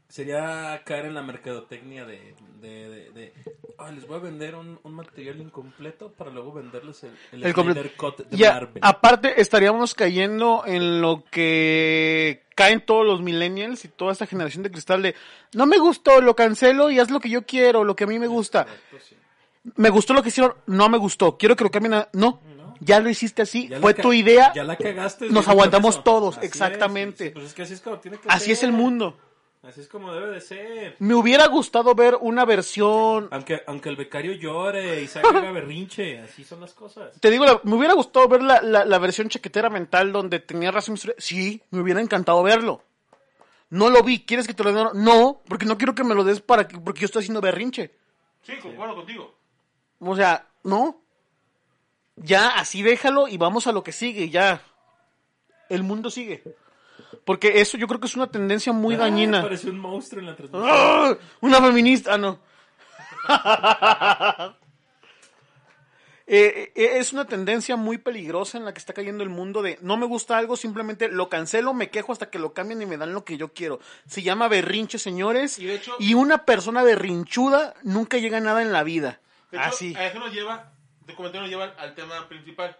Speaker 2: sería caer en la mercadotecnia de... de, de, de, "Ah, les voy a vender un, un material incompleto para luego venderles el, el,
Speaker 1: El
Speaker 2: Snyder
Speaker 1: comple-
Speaker 2: Cut de
Speaker 1: Y a-
Speaker 2: Marvel.
Speaker 1: aparte estaríamos cayendo en lo que caen todos los millennials y toda esta generación de cristal de no me gustó, lo cancelo y haz lo que yo quiero, lo que a mí me gusta. Me gustó lo que hicieron, no me gustó, quiero que lo cambien a... No, ya lo hiciste así,
Speaker 2: Ya la
Speaker 1: fue
Speaker 2: ca-
Speaker 1: tu idea,
Speaker 2: Ya la cagaste.
Speaker 1: nos
Speaker 2: digo,
Speaker 1: aguantamos
Speaker 2: con eso.
Speaker 1: todos,
Speaker 2: Así es,
Speaker 1: exactamente.
Speaker 2: sí, sí, pues es que así es como tiene que
Speaker 1: así es
Speaker 2: ser.
Speaker 1: el mundo.
Speaker 2: Así es como debe de ser.
Speaker 1: Me hubiera gustado ver una versión...
Speaker 2: Aunque, aunque el becario llore y saque
Speaker 1: (laughs)
Speaker 2: haga berrinche, así son las cosas.
Speaker 1: Te digo, la- me hubiera gustado ver la, la- la versión chaquetera mental donde tenía razón. mi suegra. Sí, me hubiera encantado verlo. No lo vi. ¿Quieres que te lo den? No, porque no quiero que me lo des para que, porque yo estoy haciendo berrinche.
Speaker 3: Sí, concuerdo contigo.
Speaker 1: O sea, no. Ya, así déjalo y vamos a lo que sigue, ya. El mundo sigue. Porque eso yo creo que es una tendencia muy
Speaker 2: Ay,
Speaker 1: dañina.
Speaker 2: Pareció Ah, un monstruo en la transmisión.
Speaker 1: ¡Ah! Una feminista, ah, no. Eh, eh, es una tendencia muy peligrosa en la que está cayendo el mundo de no me gusta algo, simplemente lo cancelo, me quejo hasta que lo cambien y me dan lo que yo quiero. Se llama berrinche, señores.
Speaker 3: Y de hecho-
Speaker 1: y una persona berrinchuda nunca llega a nada en la vida.
Speaker 3: De hecho, eh,
Speaker 1: Así.
Speaker 3: A eso nos lleva, de comentario nos lleva al tema principal.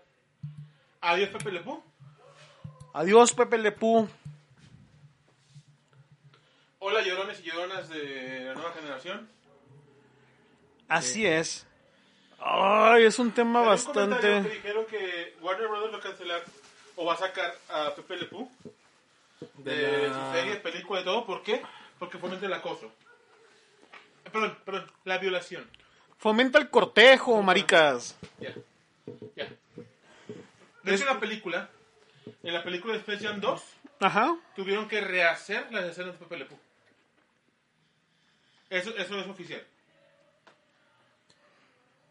Speaker 3: Adiós Pepe Le Pew.
Speaker 1: Adiós, Pepe Lepú.
Speaker 3: Hola llorones y lloronas de la nueva generación.
Speaker 1: Así es. Ay, es un tema
Speaker 3: Hay un comentario
Speaker 1: bastante.
Speaker 3: que dijeron que Warner Brothers va a cancelar o va a sacar a Pepe Le Pew de, su serie, película y todo. ¿Por qué? Porque fomenta el acoso. Eh, Perdón, perdón, la violación.
Speaker 1: Fomenta el cortejo, maricas.
Speaker 3: Ya. Ya. De hecho, en la película, en la película de Space Jam 2,
Speaker 1: Ajá.
Speaker 3: tuvieron que rehacer las escenas de Pepe Le Pew. Eso, eso es oficial.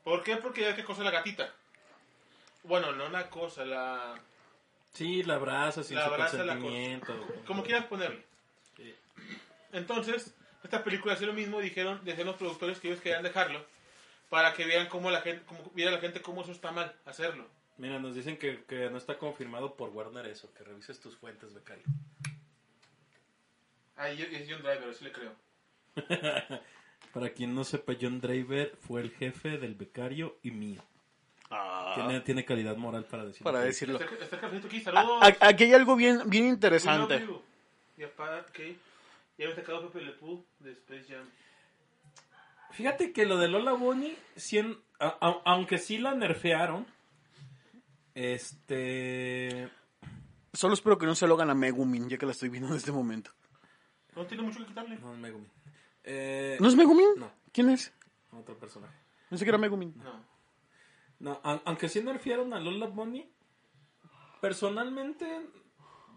Speaker 3: ¿Por qué? Porque ya que cosa la gatita. Bueno, no la cosa, la...
Speaker 2: Sí, la abraza sin
Speaker 3: La
Speaker 2: su
Speaker 3: abraza, la
Speaker 2: consentimiento.
Speaker 3: Como quieras ponerle. Entonces, esta película hacía lo mismo, dijeron, decían los productores que ellos querían dejarlo para que vieran cómo la gente, cómo, viera la gente cómo eso está mal hacerlo.
Speaker 2: Mira, nos dicen que, que no está confirmado por Warner eso, que revises tus fuentes, becario.
Speaker 3: Ahí Ah, es John Driver, sí le creo.
Speaker 2: Para quien no sepa, John Driver fue el jefe del becario y mío.
Speaker 3: Ah.
Speaker 2: Tiene, tiene calidad moral para decirlo.
Speaker 1: Ah. Para decirlo.
Speaker 3: Está, está el cafecito aquí,
Speaker 1: A-
Speaker 2: Ah,
Speaker 3: saludos.
Speaker 1: a- Aquí hay algo bien, bien interesante.
Speaker 3: Y aparte que ya me sacado Pepe Le Pew de Space Jam.
Speaker 2: Fíjate que lo de Lola Bonnie, sí en- a- a- aunque sí la nerfearon, este...
Speaker 1: Solo espero que no se lo hagan a Megumin, ya que la estoy viendo en este momento.
Speaker 3: No tiene mucho que quitarle.
Speaker 2: No, Megumi. Eh,
Speaker 1: ¿No es Megumin?
Speaker 2: No.
Speaker 1: ¿Quién es?
Speaker 2: Otro personaje.
Speaker 1: No sé que era Megumin.
Speaker 3: No.
Speaker 2: No, a- aunque sí nerfearon a Lola Bonnie, personalmente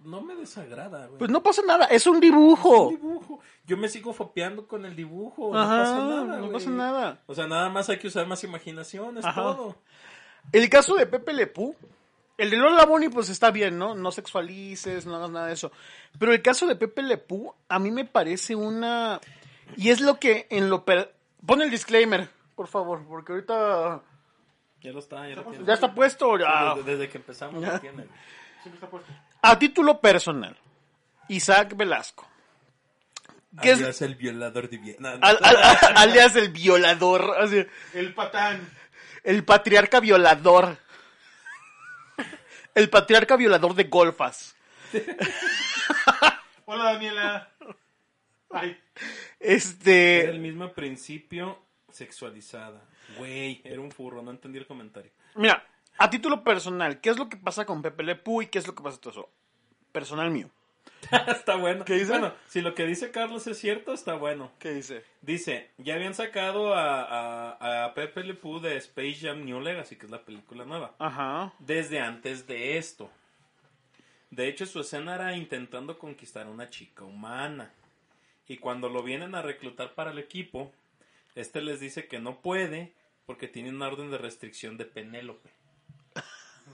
Speaker 2: no me desagrada, güey.
Speaker 1: Pues no pasa nada, es un dibujo.
Speaker 2: dibujo. Yo me sigo fopeando con el dibujo.
Speaker 1: Ajá,
Speaker 2: no pasa nada.
Speaker 1: no
Speaker 2: güey.
Speaker 1: pasa nada.
Speaker 2: O sea, nada más hay que usar más imaginación, es
Speaker 1: Ajá.
Speaker 2: todo.
Speaker 1: El caso de Pepe Lepú, el de Lola Bunny, pues está bien, ¿no? No sexualices, no hagas nada de eso. Pero el caso de Pepe Lepú, a mí me parece una. Y es lo que en lo. per- Pon el disclaimer, por favor, porque ahorita.
Speaker 2: Ya lo está, ya lo tiene.
Speaker 1: Ya está puesto. ah.
Speaker 2: Desde, desde que empezamos
Speaker 1: Ya.
Speaker 2: lo tiene.
Speaker 3: Siempre está puesto.
Speaker 1: A título personal, Isaac Velasco. ¿Qué es-
Speaker 2: Alias el violador divino. No, no.
Speaker 1: Al- al- al- alias el violador, así,
Speaker 3: El patán.
Speaker 1: el patriarca violador. El patriarca violador de golfas.
Speaker 3: Hola
Speaker 2: (laughs)
Speaker 3: Daniela. Ay.
Speaker 2: Era el
Speaker 1: Este,
Speaker 2: mismo principio sexualizada. Güey, era un furro, no entendí
Speaker 1: (laughs)
Speaker 2: el comentario. (laughs)
Speaker 1: mira, a título personal, ¿qué es lo que pasa con Pepe Le Pew y qué es lo que pasa con todo eso? Personal mío.
Speaker 2: está bueno.
Speaker 1: ¿Qué dice?
Speaker 2: Bueno, si lo que dice Carlos es cierto, está bueno.
Speaker 1: ¿Qué dice?
Speaker 2: Dice, ya habían sacado a, a, a Pepe Le Pew de Space Jam New Legacy, que es la película nueva.
Speaker 1: Ajá.
Speaker 2: desde antes de esto. De hecho, su escena era intentando conquistar a una chica humana. Y cuando lo vienen a reclutar para el equipo, este les dice que no puede porque tiene una orden de restricción de Penélope.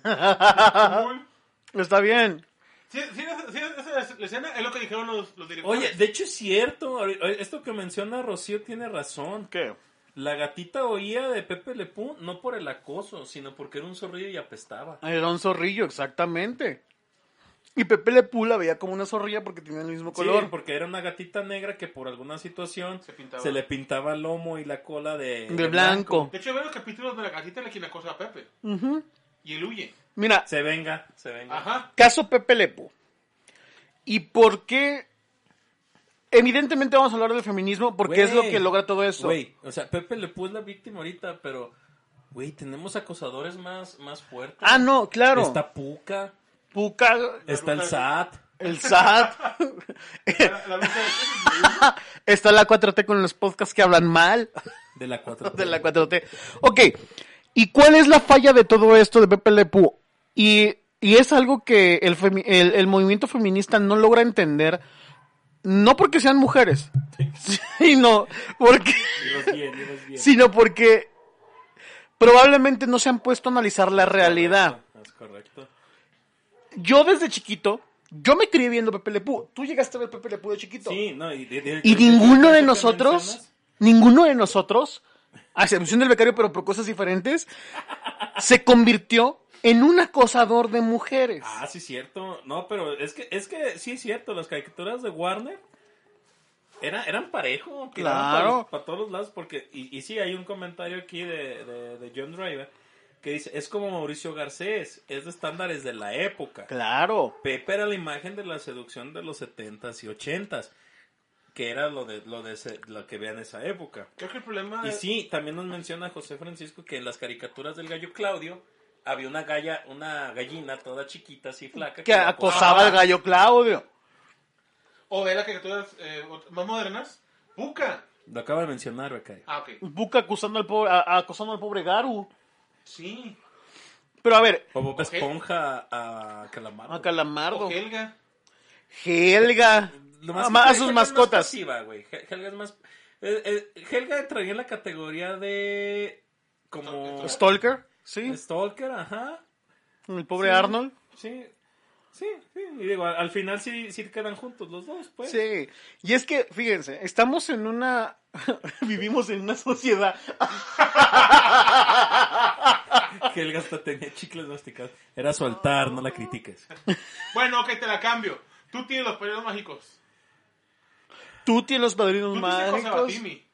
Speaker 3: Cool.
Speaker 1: Está bien.
Speaker 3: Sí, sí, esa, sí, esa es la escena es lo que dijeron los, los directores.
Speaker 2: Oye, de hecho es cierto, ahori- oye, esto que menciona Rocío tiene razón.
Speaker 1: ¿Qué?
Speaker 2: La gatita oía de Pepe Lepú no por el acoso, sino porque era un zorrillo y apestaba.
Speaker 1: Era un zorrillo, exactamente. Y Pepe Le Pú la veía como una zorrilla porque tenía el mismo color.
Speaker 2: Sí, porque era una gatita negra que por alguna situación
Speaker 3: Se
Speaker 2: se,
Speaker 3: pintaba.
Speaker 2: le pintaba el lomo y la cola de,
Speaker 1: de blanco.
Speaker 3: De hecho, hay varios capítulos de la gatita en la que la cosa a Pepe. Y él huye.
Speaker 1: Mira,
Speaker 2: Se venga, se venga. (laughs)
Speaker 3: Ajá.
Speaker 1: caso Pepe Lepo. ¿Y por qué? Evidentemente vamos a hablar del feminismo porque es lo
Speaker 2: Güey,
Speaker 1: que logra todo eso.
Speaker 2: Güey, o sea, Pepe le puso la víctima ahorita, pero, güey, tenemos acosadores más, más fuertes.
Speaker 1: Ah, no, claro.
Speaker 2: Está Puca,
Speaker 1: Puca,
Speaker 2: está el SAT.
Speaker 1: el SAT,
Speaker 3: La, la bruja de-
Speaker 1: está la 4T con los podcasts que hablan mal
Speaker 2: De la
Speaker 1: (laughs)
Speaker 2: 4
Speaker 1: de la 4T. Ok, ¿y cuál es la falla de todo esto de Pepe Le Pew? Y, y es algo que el, femi- el- el movimiento feminista no logra entender, no porque sean mujeres, (laughs) sino porque... sino porque probablemente no se han puesto a analizar la realidad.
Speaker 2: Es correcto.
Speaker 1: Yo desde chiquito, yo me crié viendo Pepe Le Pew. Tú llegaste a ver Pepe Le Pew de chiquito.
Speaker 2: Sí, no, y, de- de-
Speaker 1: y
Speaker 2: de-
Speaker 1: ninguno
Speaker 2: de-
Speaker 1: de
Speaker 2: que
Speaker 1: nosotros,
Speaker 2: mencionas,
Speaker 1: ninguno de nosotros, a excepción del becario, pero por cosas diferentes, se convirtió en un acosador de mujeres.
Speaker 2: Ah, sí, cierto. No, pero es que, es que sí, es cierto. Las caricaturas de Warner era, eran parejo.
Speaker 1: Claro.
Speaker 2: Para, todos los lados. porque Y, y sí, hay un comentario aquí de, de- de John Driver que dice: Es como Mauricio Garcés, es de estándares de la época.
Speaker 1: Claro.
Speaker 2: Pepe era la imagen de la seducción de los 70s y 80s, que era lo de lo de ese- lo que vean esa época.
Speaker 3: Creo que el problema
Speaker 2: Y
Speaker 3: es...
Speaker 2: sí, también nos menciona José Francisco que en las caricaturas del gallo Claudio había una galla, una gallina toda chiquita, así flaca.
Speaker 1: Que
Speaker 2: la
Speaker 1: acosaba al gallo Claudio.
Speaker 3: O de las caricaturas eh, ot- más modernas. Buca.
Speaker 2: Lo acaba de mencionar, Becario.
Speaker 3: Ah, ok.
Speaker 1: Buca acusando al pobre, a- acosando al pobre Garu.
Speaker 3: Sí.
Speaker 1: Pero a ver,
Speaker 2: O Bob
Speaker 3: Ok.
Speaker 2: Esponja a Calamar.
Speaker 1: a Calamardo.
Speaker 3: O Helga.
Speaker 1: Helga. A ma- a sus mascotas.
Speaker 2: pasiva, güey. Hel- Helga es más... eh, eh, Helga entraría en la categoría de... Como...
Speaker 1: Stalker, sí.
Speaker 2: Stalker, ajá.
Speaker 1: El pobre Arnold.
Speaker 2: Sí, sí, sí. Y digo, al, al final sí, sí quedan juntos los dos, pues.
Speaker 1: Sí. Y es que, fíjense, estamos en una. (laughs) Vivimos en una sociedad.
Speaker 2: Que el gasto tenía chicles masticados. Era su altar, no la critiques.
Speaker 3: Bueno, ok, te la cambio. Tú tienes los periodos mágicos.
Speaker 1: Tú tienes los
Speaker 3: Tú
Speaker 1: padrinos
Speaker 3: tienes cosa
Speaker 1: mágicos.
Speaker 3: Batimi.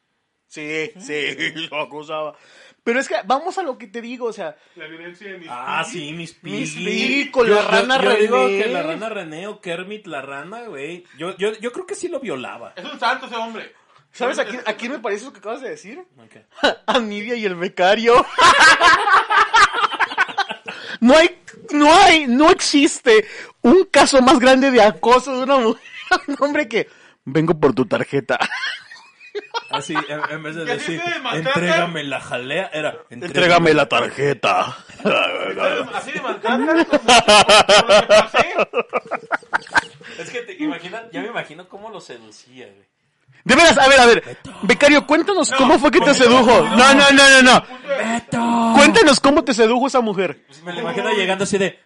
Speaker 1: Sí, sí, (laughs) lo acusaba. Pero es que vamos a lo que te digo, o sea,
Speaker 3: La violencia de mis
Speaker 2: Ah, sí, mis Piggy.
Speaker 1: Miss Piggy con la rana
Speaker 2: yo digo
Speaker 1: René.
Speaker 2: que la rana René o Kermit la rana, güey. Yo, yo, yo creo que sí lo violaba.
Speaker 3: Es un santo ese hombre.
Speaker 1: ¿sabes a quién, a quién me parece lo que acabas de decir? (laughs)
Speaker 2: Ok.
Speaker 1: A Nidia y el becario. (laughs) No hay, no hay, no existe un caso más grande de acoso de una mujer, un hombre que vengo por tu tarjeta.
Speaker 2: Así, en, en vez de
Speaker 3: ¿Qué
Speaker 2: decir,
Speaker 3: dice de matar-
Speaker 2: entrégame la jalea, era,
Speaker 1: Entrégame la tarjeta.
Speaker 3: Así de maltrata. Por lo que
Speaker 2: (laughs)
Speaker 3: pasé.
Speaker 2: Es que te imaginas, ya me imagino cómo lo seducía, güey.
Speaker 1: De veras, a ver, a ver. Becario, cuéntanos cómo fue que te sedujo. No, no, no, no, no.
Speaker 3: Punto de-
Speaker 1: Cuéntanos cómo te sedujo esa mujer.
Speaker 2: Pues me lo imagino llegando así de,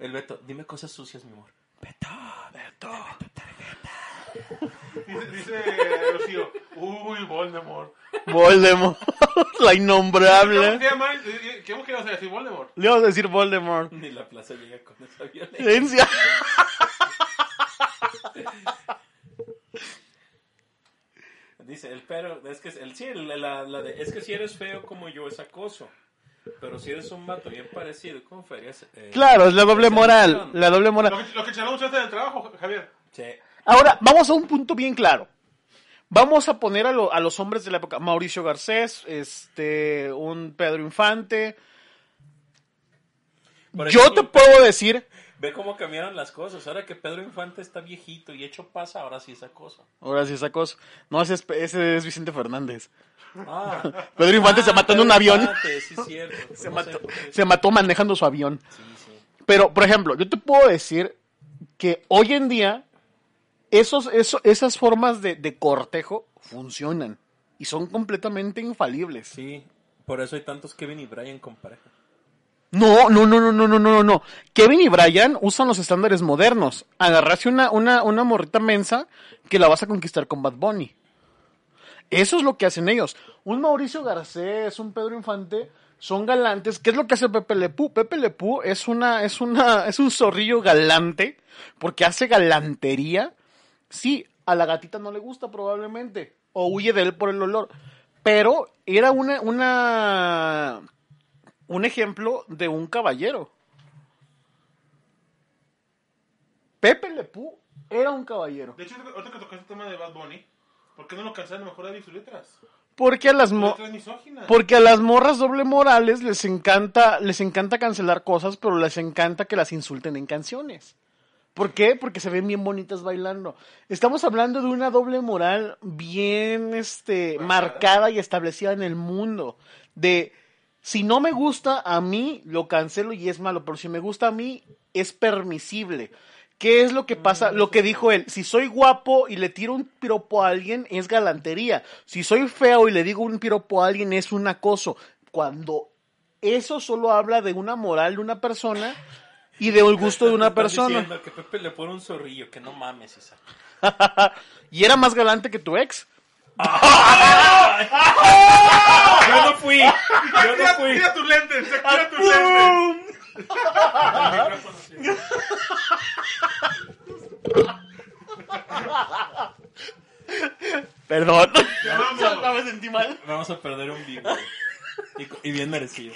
Speaker 2: el Beto, dime cosas sucias, mi amor. Beto, Beto.
Speaker 3: Dice, dice Rocío. Uy, Voldemort.
Speaker 1: Voldemort, (laughs) la
Speaker 3: ¿Cómo
Speaker 1: innombrable.
Speaker 3: se llama? Eh, ¿Qué hemos querido decir? Voldemort.
Speaker 1: Le vamos a decir Voldemort.
Speaker 2: Ni la plaza llega con esa violencia.
Speaker 1: Ciencia.
Speaker 2: Dice, el pero, es que el, sí, el- la, la de, es que si eres feo como yo es acoso. Pero si eres un vato bien parecido, ¿cómo ferias? Eh,
Speaker 1: Claro, es la doble moral, la doble
Speaker 3: Lo
Speaker 1: moral.
Speaker 3: que, lo que charlamos antes del trabajo, Javier.
Speaker 2: che,
Speaker 1: Ahora, vamos a un punto bien claro. Vamos a poner a, lo- a los hombres de la época, Mauricio Garcés, este, un Pedro Infante.
Speaker 2: por
Speaker 1: Yo te
Speaker 2: ejemplo,
Speaker 1: puedo decir,
Speaker 2: Ve cómo cambiaron las cosas. Ahora que Pedro Infante está viejito y hecho pasa, ahora sí es acoso.
Speaker 1: ahora sí esa cosa, no, ese es, ese es Vicente Fernández.
Speaker 2: Ah.
Speaker 1: (laughs) Pedro Infante se
Speaker 2: Ah,
Speaker 1: mató en
Speaker 2: Pedro
Speaker 1: un avión.
Speaker 2: Infante, sí, es
Speaker 1: (laughs)
Speaker 2: cierto.
Speaker 1: Se
Speaker 2: No
Speaker 1: mató,
Speaker 2: sé por qué.
Speaker 1: se mató manejando su avión.
Speaker 2: Sí, sí.
Speaker 1: Pero, por ejemplo, yo te puedo decir que hoy en día esos, eso- esas formas de, de cortejo funcionan y son completamente infalibles.
Speaker 2: Sí, por eso hay tantos Kevin y Brian con pareja.
Speaker 1: No, no, no, no, no, no, no, no, no. Kevin y Brian usan los estándares modernos. Agarrarse una, una, una morrita mensa que la vas a conquistar con Bad Bunny. Eso es lo que hacen ellos. Un Mauricio Garcés, un Pedro Infante, son galantes. ¿Qué es lo que hace Pepe Lepú? Pepe Lepú es una, es una, es un zorrillo galante, porque hace galantería. Sí, a la gatita no le gusta probablemente, o huye de él por el olor. Pero era una, una, un ejemplo de un caballero. Pepe Lepú era un caballero.
Speaker 3: De hecho, ahorita que tocaste el tema de Bad Bunny, ¿por qué no lo cancelan mejor David sus letras?
Speaker 1: Porque a las
Speaker 3: Sus
Speaker 1: mo-
Speaker 3: letras misóginas.
Speaker 1: porque a las morras doble morales les encanta les encanta cancelar cosas, pero les encanta que las insulten en canciones. ¿Por qué? Porque se ven bien bonitas bailando. Estamos hablando de una doble moral bien este marcada y establecida en el mundo de si no me gusta a mí, lo cancelo y es malo, pero si me gusta a mí, es permisible. ¿Qué es lo que pasa? Lo que dijo él, si soy guapo y le tiro un piropo a alguien, es galantería. Si soy feo y le digo un piropo a alguien, es un acoso. Cuando eso solo habla de una moral de una persona y del gusto de
Speaker 2: (laughs)
Speaker 1: una
Speaker 2: Están
Speaker 1: persona.
Speaker 2: diciendo que Pepe le pone un zorrillo, que no mames,
Speaker 1: (laughs)
Speaker 2: Isaac.
Speaker 1: Y era más galante que tu ex.
Speaker 2: Yo no fui, yo no
Speaker 1: (laughs)
Speaker 3: Tira,
Speaker 2: fui.
Speaker 3: tira tus lentes, tira tus lentes.
Speaker 1: Perdón. (laughs)
Speaker 3: amo.
Speaker 1: No me sentí mal.
Speaker 2: Vamos a perder un vivo. Y, co- y bien merecido.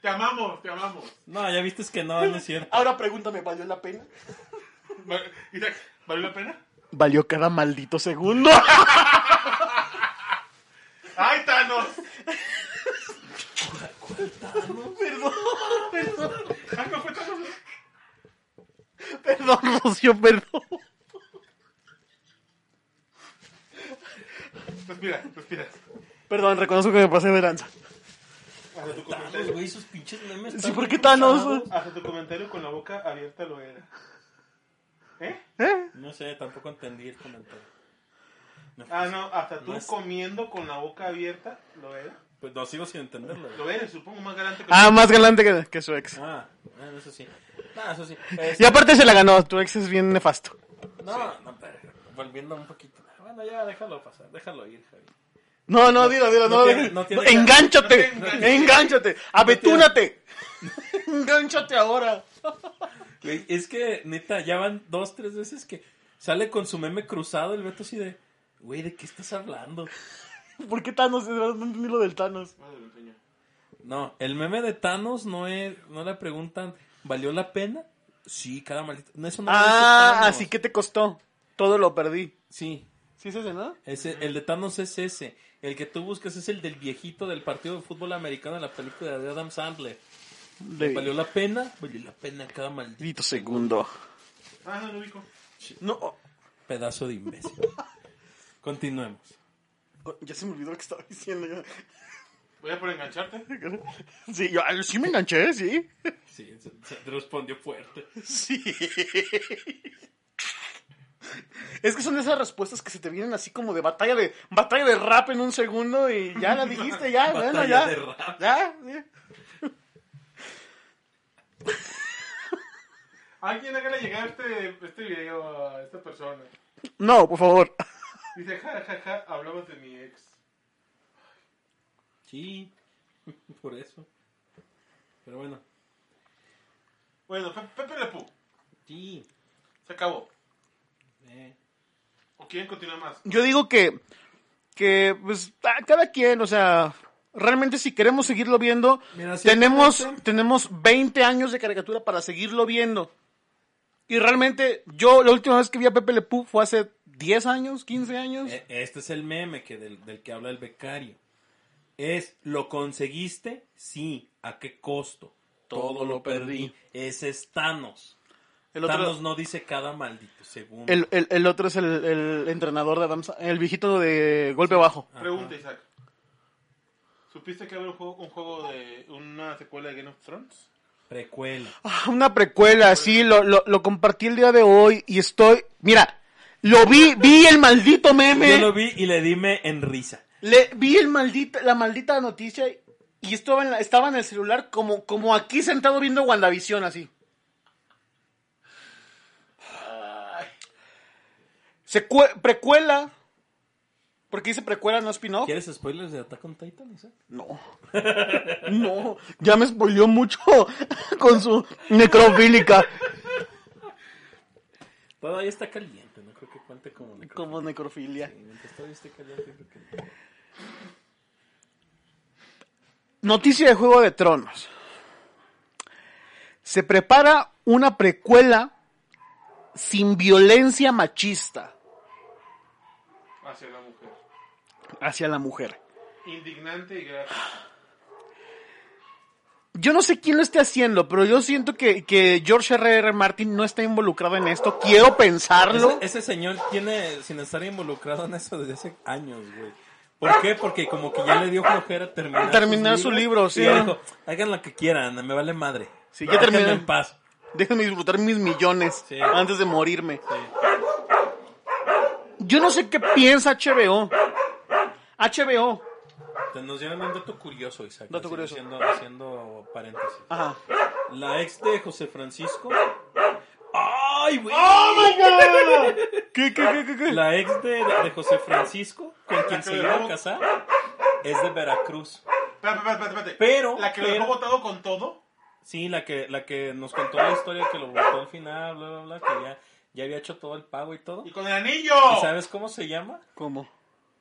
Speaker 3: Te amamos, te amamos.
Speaker 2: No, ya viste es que no, no es cierto.
Speaker 1: Ahora pregúntame, ¿valió la pena?
Speaker 3: Va- Isaac, ¿Valió la pena?
Speaker 1: Valió cada maldito (laughs) segundo.
Speaker 3: ¡Ay, Thanos! Ay, no fue Thanos.
Speaker 1: Perdón, Rocío, perdón.
Speaker 3: Respira, respira.
Speaker 1: Perdón, reconozco que me pasé de lanza.
Speaker 3: Hasta tu
Speaker 2: Los
Speaker 3: comentario,
Speaker 2: güey, sus pinches memes.
Speaker 1: Sí,
Speaker 2: están
Speaker 1: ¿por qué
Speaker 2: muy
Speaker 1: Thanos?
Speaker 2: cagados.
Speaker 3: hasta tu comentario con la boca abierta lo era. ¿Eh?
Speaker 2: No sé, tampoco entendí el comentario. No, pues,
Speaker 3: Ah, no, hasta tú
Speaker 2: No es-
Speaker 3: comiendo con la boca abierta lo era.
Speaker 2: Pues lo sigo sin entenderlo. güey.
Speaker 3: Lo eres, supongo, más galante que
Speaker 1: Ah, más galante que, que su ex.
Speaker 2: Ah, bueno, eso sí. No, eso sí. Es-
Speaker 1: Y aparte se la ganó, tu ex es bien nefasto.
Speaker 2: No, no, pero volviendo un poquito. Bueno, ya déjalo pasar, déjalo ir, Javi.
Speaker 1: No, no, dilo, dilo,
Speaker 2: no
Speaker 1: no,
Speaker 2: tiene-
Speaker 1: dilo.
Speaker 2: no
Speaker 1: (laughs)
Speaker 2: tiene- (laughs)
Speaker 1: engánchate,
Speaker 3: no tiene-
Speaker 1: engánchate, aventúnate. engánchate ahora.
Speaker 2: Güey, es que, neta, ya van dos, tres veces que sale con su meme cruzado el Beto así de, güey, ¿de qué estás hablando?
Speaker 1: ¿Por qué Thanos? De verdad, No entendí lo del Thanos.
Speaker 3: Madre, me empeño.
Speaker 2: No, el meme de Thanos no es, no le preguntan, ¿valió la pena? Sí, cada maldito. No, eso no lo dice
Speaker 1: Ah,
Speaker 2: Thanos.
Speaker 1: así que te costó. Todo lo perdí.
Speaker 2: Sí,
Speaker 1: ¿Sí es ese, no?
Speaker 2: ese, el de Thanos es ese. El que tú buscas es el del viejito del partido de fútbol americano en la película de Adam Sandler. ¿Valió la pena? Valió la pena cada maldito
Speaker 1: Dito segundo.
Speaker 3: Ah, no lo ubico.
Speaker 1: No, oh,
Speaker 2: pedazo de (laughs) imbécil. Continuemos.
Speaker 1: oh, ya se me olvidó lo que estaba diciendo. ya.
Speaker 3: Voy a por engancharte.
Speaker 1: Sí, yo ah, sí me enganché, sí.
Speaker 2: Sí, se, se respondió fuerte.
Speaker 1: Sí. Es que son esas respuestas que se te vienen así como de batalla de batalla de rap en un segundo y ya la dijiste, ya, bueno,
Speaker 2: Batalla
Speaker 1: ya.
Speaker 2: de rap.
Speaker 1: Ya, sí.
Speaker 3: Alguien hágale llegar este, este video a esta persona.
Speaker 1: No, por favor.
Speaker 3: Dice, ja, ja, ja, hablamos de mi ex.
Speaker 2: Sí, (laughs) por eso. Pero bueno,
Speaker 3: Bueno, Pe- Pepe Lepú,
Speaker 2: sí.
Speaker 3: se acabó.
Speaker 2: eh.
Speaker 3: ¿O quieren continuar más?
Speaker 1: Yo digo que que pues a cada quien, o sea, realmente si queremos seguirlo viendo,
Speaker 2: Mira,
Speaker 1: tenemos
Speaker 2: ciertamente-
Speaker 1: tenemos 20 años de caricatura para seguirlo viendo. Y realmente yo la última vez que vi a Pepe Le Pew fue hace 10 años, 15 años.
Speaker 2: E- Este es el meme que del, del que habla el becario. Es, ¿lo conseguiste? Sí. ¿A qué costo?
Speaker 1: Todo lo perdí.
Speaker 2: Ese es Thanos.
Speaker 1: El otro-
Speaker 2: Thanos no dice cada maldito segundo.
Speaker 1: El, el- el otro es el, el entrenador de Adam Sa- el viejito de golpe bajo.
Speaker 3: Pregunta, Isaac. ¿Supiste que habrá un juego, un juego de una secuela de Game of Thrones?
Speaker 2: Precuela.
Speaker 1: Ah, Una precuela, sí, lo, lo, lo compartí el día de hoy y estoy... Mira, lo vi, vi el maldito meme.
Speaker 2: Yo lo vi y le dime en risa.
Speaker 1: Le vi el maldita, la maldita noticia y estaba en, la- estaba en el celular como, como aquí sentado viendo WandaVision así. Secue- precuela. ¿Por qué dice precuela, no spin-off?
Speaker 2: ¿Quieres spoilers de Attack on Titan, Isaac?
Speaker 1: (laughs) No. No, ya me spoileó mucho (laughs) con su necrofílica.
Speaker 2: Todavía está caliente, no creo que cuente como necro-
Speaker 1: Como necrofilia.
Speaker 2: Mientras todavía esté caliente, creo que no.
Speaker 1: Noticia de Juego de Tronos. Se prepara una precuela sin violencia machista
Speaker 3: Hacia la mujer.
Speaker 1: hacia la mujer.
Speaker 3: Indignante y
Speaker 2: (laughs)
Speaker 3: gráfico.
Speaker 1: Yo no sé quién lo esté haciendo, pero yo siento que, que George R.R. Martin no está involucrado en esto. Quiero pensarlo.
Speaker 2: Ese, ese señor tiene, sin estar involucrado en eso desde hace años, güey. ¿Por qué? Porque como que ya le dio flojera terminar,
Speaker 1: Terminar
Speaker 2: sus
Speaker 1: su
Speaker 2: libros,
Speaker 1: libro,
Speaker 2: y ya
Speaker 1: sí.
Speaker 2: dijo, hagan lo que quieran, me vale madre.
Speaker 1: Sí, ya terminé.
Speaker 2: Déjenme en paz.
Speaker 1: Déjenme disfrutar mis millones
Speaker 2: Sí.
Speaker 1: antes de morirme. Yo no sé qué piensa HBO. HBO.
Speaker 2: Te- Nos dieron un dato curioso, Isaac.
Speaker 1: Dato
Speaker 2: así,
Speaker 1: curioso.
Speaker 2: Haciendo, haciendo paréntesis.
Speaker 1: Ajá.
Speaker 2: La ex de José Francisco. ¡Ay, güey!
Speaker 3: Oh
Speaker 1: ¿Qué, qué, qué, qué, qué?
Speaker 2: La ex de, de José Francisco, con quien
Speaker 3: que
Speaker 2: se
Speaker 3: le
Speaker 2: iba a
Speaker 3: robó-
Speaker 2: casar, es de Veracruz.
Speaker 3: Espérate, espérate, espérate.
Speaker 2: Pero-
Speaker 3: La que lo
Speaker 2: pero-
Speaker 3: dejó votado con todo.
Speaker 2: Sí, la que, la que nos contó la historia que lo votó al final, bla, bla, bla, que ya, ya había hecho todo el pago y todo.
Speaker 3: Y con el anillo.
Speaker 2: ¿Y sabes cómo se llama?
Speaker 1: ¿Cómo?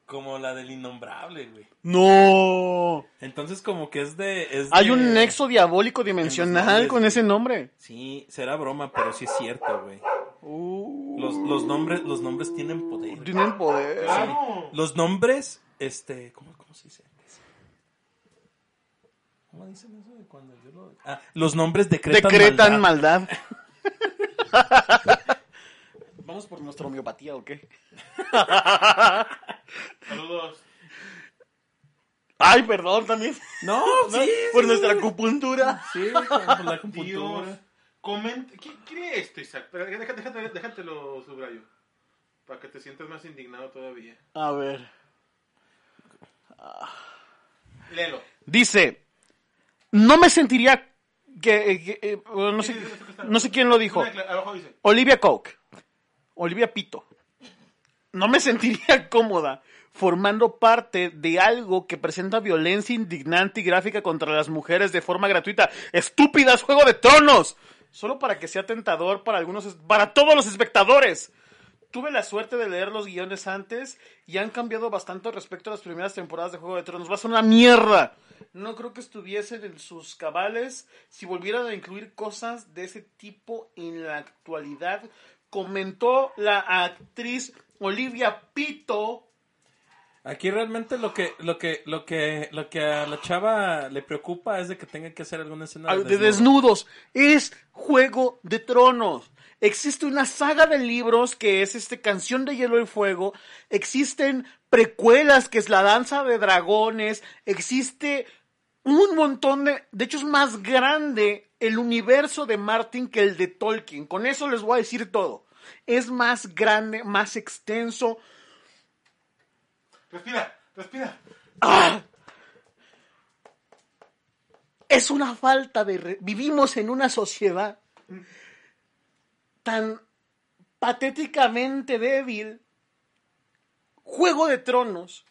Speaker 2: Como la del innombrable, güey.
Speaker 1: No.
Speaker 2: Entonces como que es de... es
Speaker 1: Hay
Speaker 2: de-
Speaker 1: un nexo diabólico dimensional con ese nombre.
Speaker 2: Sí, será broma, pero sí es cierto, güey. Los, los nombres, los nombres tienen poder.
Speaker 1: Uh, Tienen poder.
Speaker 3: Claro.
Speaker 2: Los nombres, este, ¿cómo, cómo se dice? ¿Cómo dicen eso de cuando yo lo... Ah, los nombres decretan,
Speaker 1: Decretan
Speaker 2: maldad.
Speaker 1: maldad. (laughs) ¿Vamos por nuestra homeopatía o qué?
Speaker 3: Saludos.
Speaker 1: Ay, perdón también.
Speaker 2: No, sí,
Speaker 1: por
Speaker 2: sí,
Speaker 1: nuestra
Speaker 2: sí.
Speaker 1: acupuntura.
Speaker 2: Sí, con- con la
Speaker 3: Dios.
Speaker 2: computadora.
Speaker 3: Comenta. ¿Qué, ¿Qué es esto, Isaac? Pero deja- Déjate, déjate lo subrayo. Para que te sientas más indignado todavía.
Speaker 1: A ver.
Speaker 3: Léelo.
Speaker 1: Dice, no me sentiría que... que- eh, no, sé, no sé quién lo dijo.
Speaker 3: Una decla- Abajo dice.
Speaker 1: Olivia Coke. Olivia Pito. No me (laughs) sentiría cómoda formando parte de algo que presenta violencia indignante y gráfica contra las mujeres de forma gratuita. ¡Estúpidas Juego de Tronos! Solo para que sea tentador para algunos, para todos los espectadores. Tuve la suerte de leer los guiones antes y han cambiado bastante respecto a las primeras temporadas de Juego de Tronos. Va a ser una mierda. No creo que estuviesen en sus cabales si volvieran a incluir cosas de ese tipo en la actualidad, comentó la actriz Olivia Pito.
Speaker 2: Aquí realmente lo que, lo que, lo que, lo que a la chava le preocupa es de que tenga que hacer alguna escena
Speaker 1: Ah,
Speaker 2: de
Speaker 1: de
Speaker 2: desnudo.
Speaker 1: desnudos. Es Juego de Tronos. Existe una saga de libros que es este Canción de Hielo y Fuego. Existen precuelas que es La Danza de Dragones. Existe un montón de... De hecho es más grande el universo de Martin que el de Tolkien. Con eso les voy a decir todo. Es más grande, más extenso.
Speaker 3: Respira, respira.
Speaker 1: Es una falta de... re- Vivimos en una sociedad tan patéticamente débil. Juego de Tronos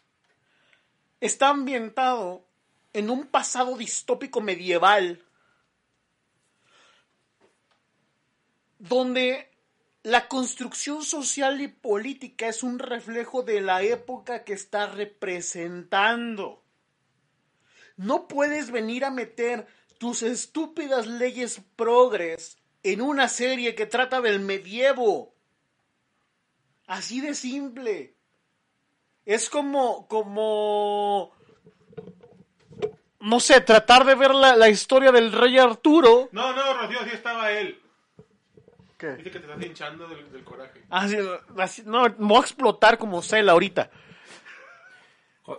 Speaker 1: está ambientado en un pasado distópico medieval donde la construcción social y política es un reflejo de la época que está representando. No puedes venir a meter tus estúpidas leyes progres en una serie que trata del medievo. Así de simple. Es como, como, no sé, tratar de ver la, la historia del rey Arturo.
Speaker 3: No, no, Rocío, sí estaba él.
Speaker 1: ¿Qué?
Speaker 3: Dice que te estás hinchando del, del coraje.
Speaker 1: Así, Ah, así- no, me voy a explotar como Cela ahorita.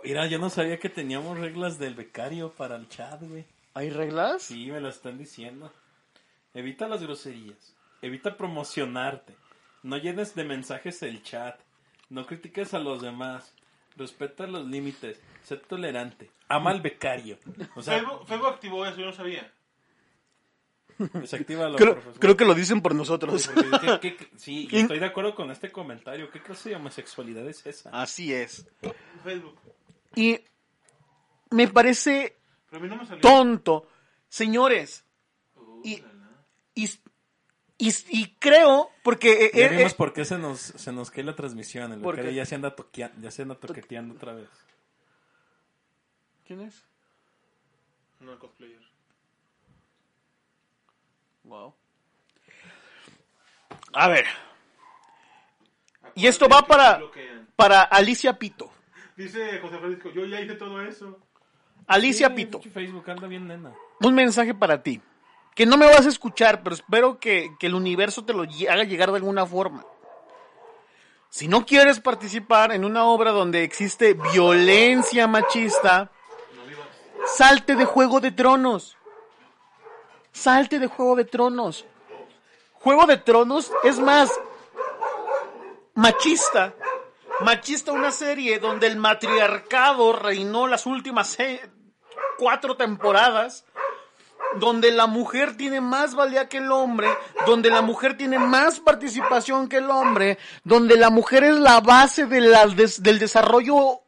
Speaker 2: Mira, yo no sabía que teníamos reglas del becario para el chat, güey.
Speaker 1: ¿Hay reglas?
Speaker 2: Sí, me lo están diciendo. Evita las groserías. Evita promocionarte. No llenes de mensajes el chat. No critiques a los demás. Respeta los límites. Sé tolerante. Ama al becario. O sea,
Speaker 3: Facebook, Facebook activó eso, yo no sabía.
Speaker 2: desactívalo,
Speaker 1: Creo,
Speaker 2: por favor.
Speaker 1: creo que lo dicen por nosotros.
Speaker 2: Porque, ¿qué- qué- sí, y
Speaker 1: In-
Speaker 2: estoy de acuerdo con este comentario. ¿Qué clase de homosexualidad es esa?
Speaker 1: Así es.
Speaker 3: Facebook.
Speaker 1: Y me parece
Speaker 3: Pero a mí no me salió.
Speaker 1: tonto. Señores, y, y, y, y creo, porque... eh,
Speaker 2: Ya
Speaker 1: eh,
Speaker 2: vimos
Speaker 1: eh,
Speaker 2: por qué se nos, se nos cae la transmisión. El
Speaker 1: ¿Por
Speaker 2: becario
Speaker 1: qué?
Speaker 2: ya se anda, toquea- ya se anda toqueteando otra vez.
Speaker 1: ¿Quién es?
Speaker 3: No, el cosplayer.
Speaker 1: Wow. A ver, Y esto va para-
Speaker 3: Bloquean.
Speaker 1: para Alicia Pito.
Speaker 3: Dice José Francisco, yo ya hice todo eso.
Speaker 1: Alicia
Speaker 2: Sí,
Speaker 1: Pito,
Speaker 2: pinche Facebook anda bien nena. (laughs)
Speaker 1: un mensaje para ti. Que no me vas a escuchar, pero espero que, que el universo te lo lle- haga llegar de alguna forma. Si no quieres participar en una obra donde existe violencia machista, salte de Juego de Tronos. Salte de Juego de Tronos. Juego de Tronos es más machista. Machista una serie donde el matriarcado reinó las últimas se- cuatro temporadas. Donde la mujer tiene más valía que el hombre, donde la mujer tiene más participación que el hombre, donde la mujer es la base de la des- del desarrollo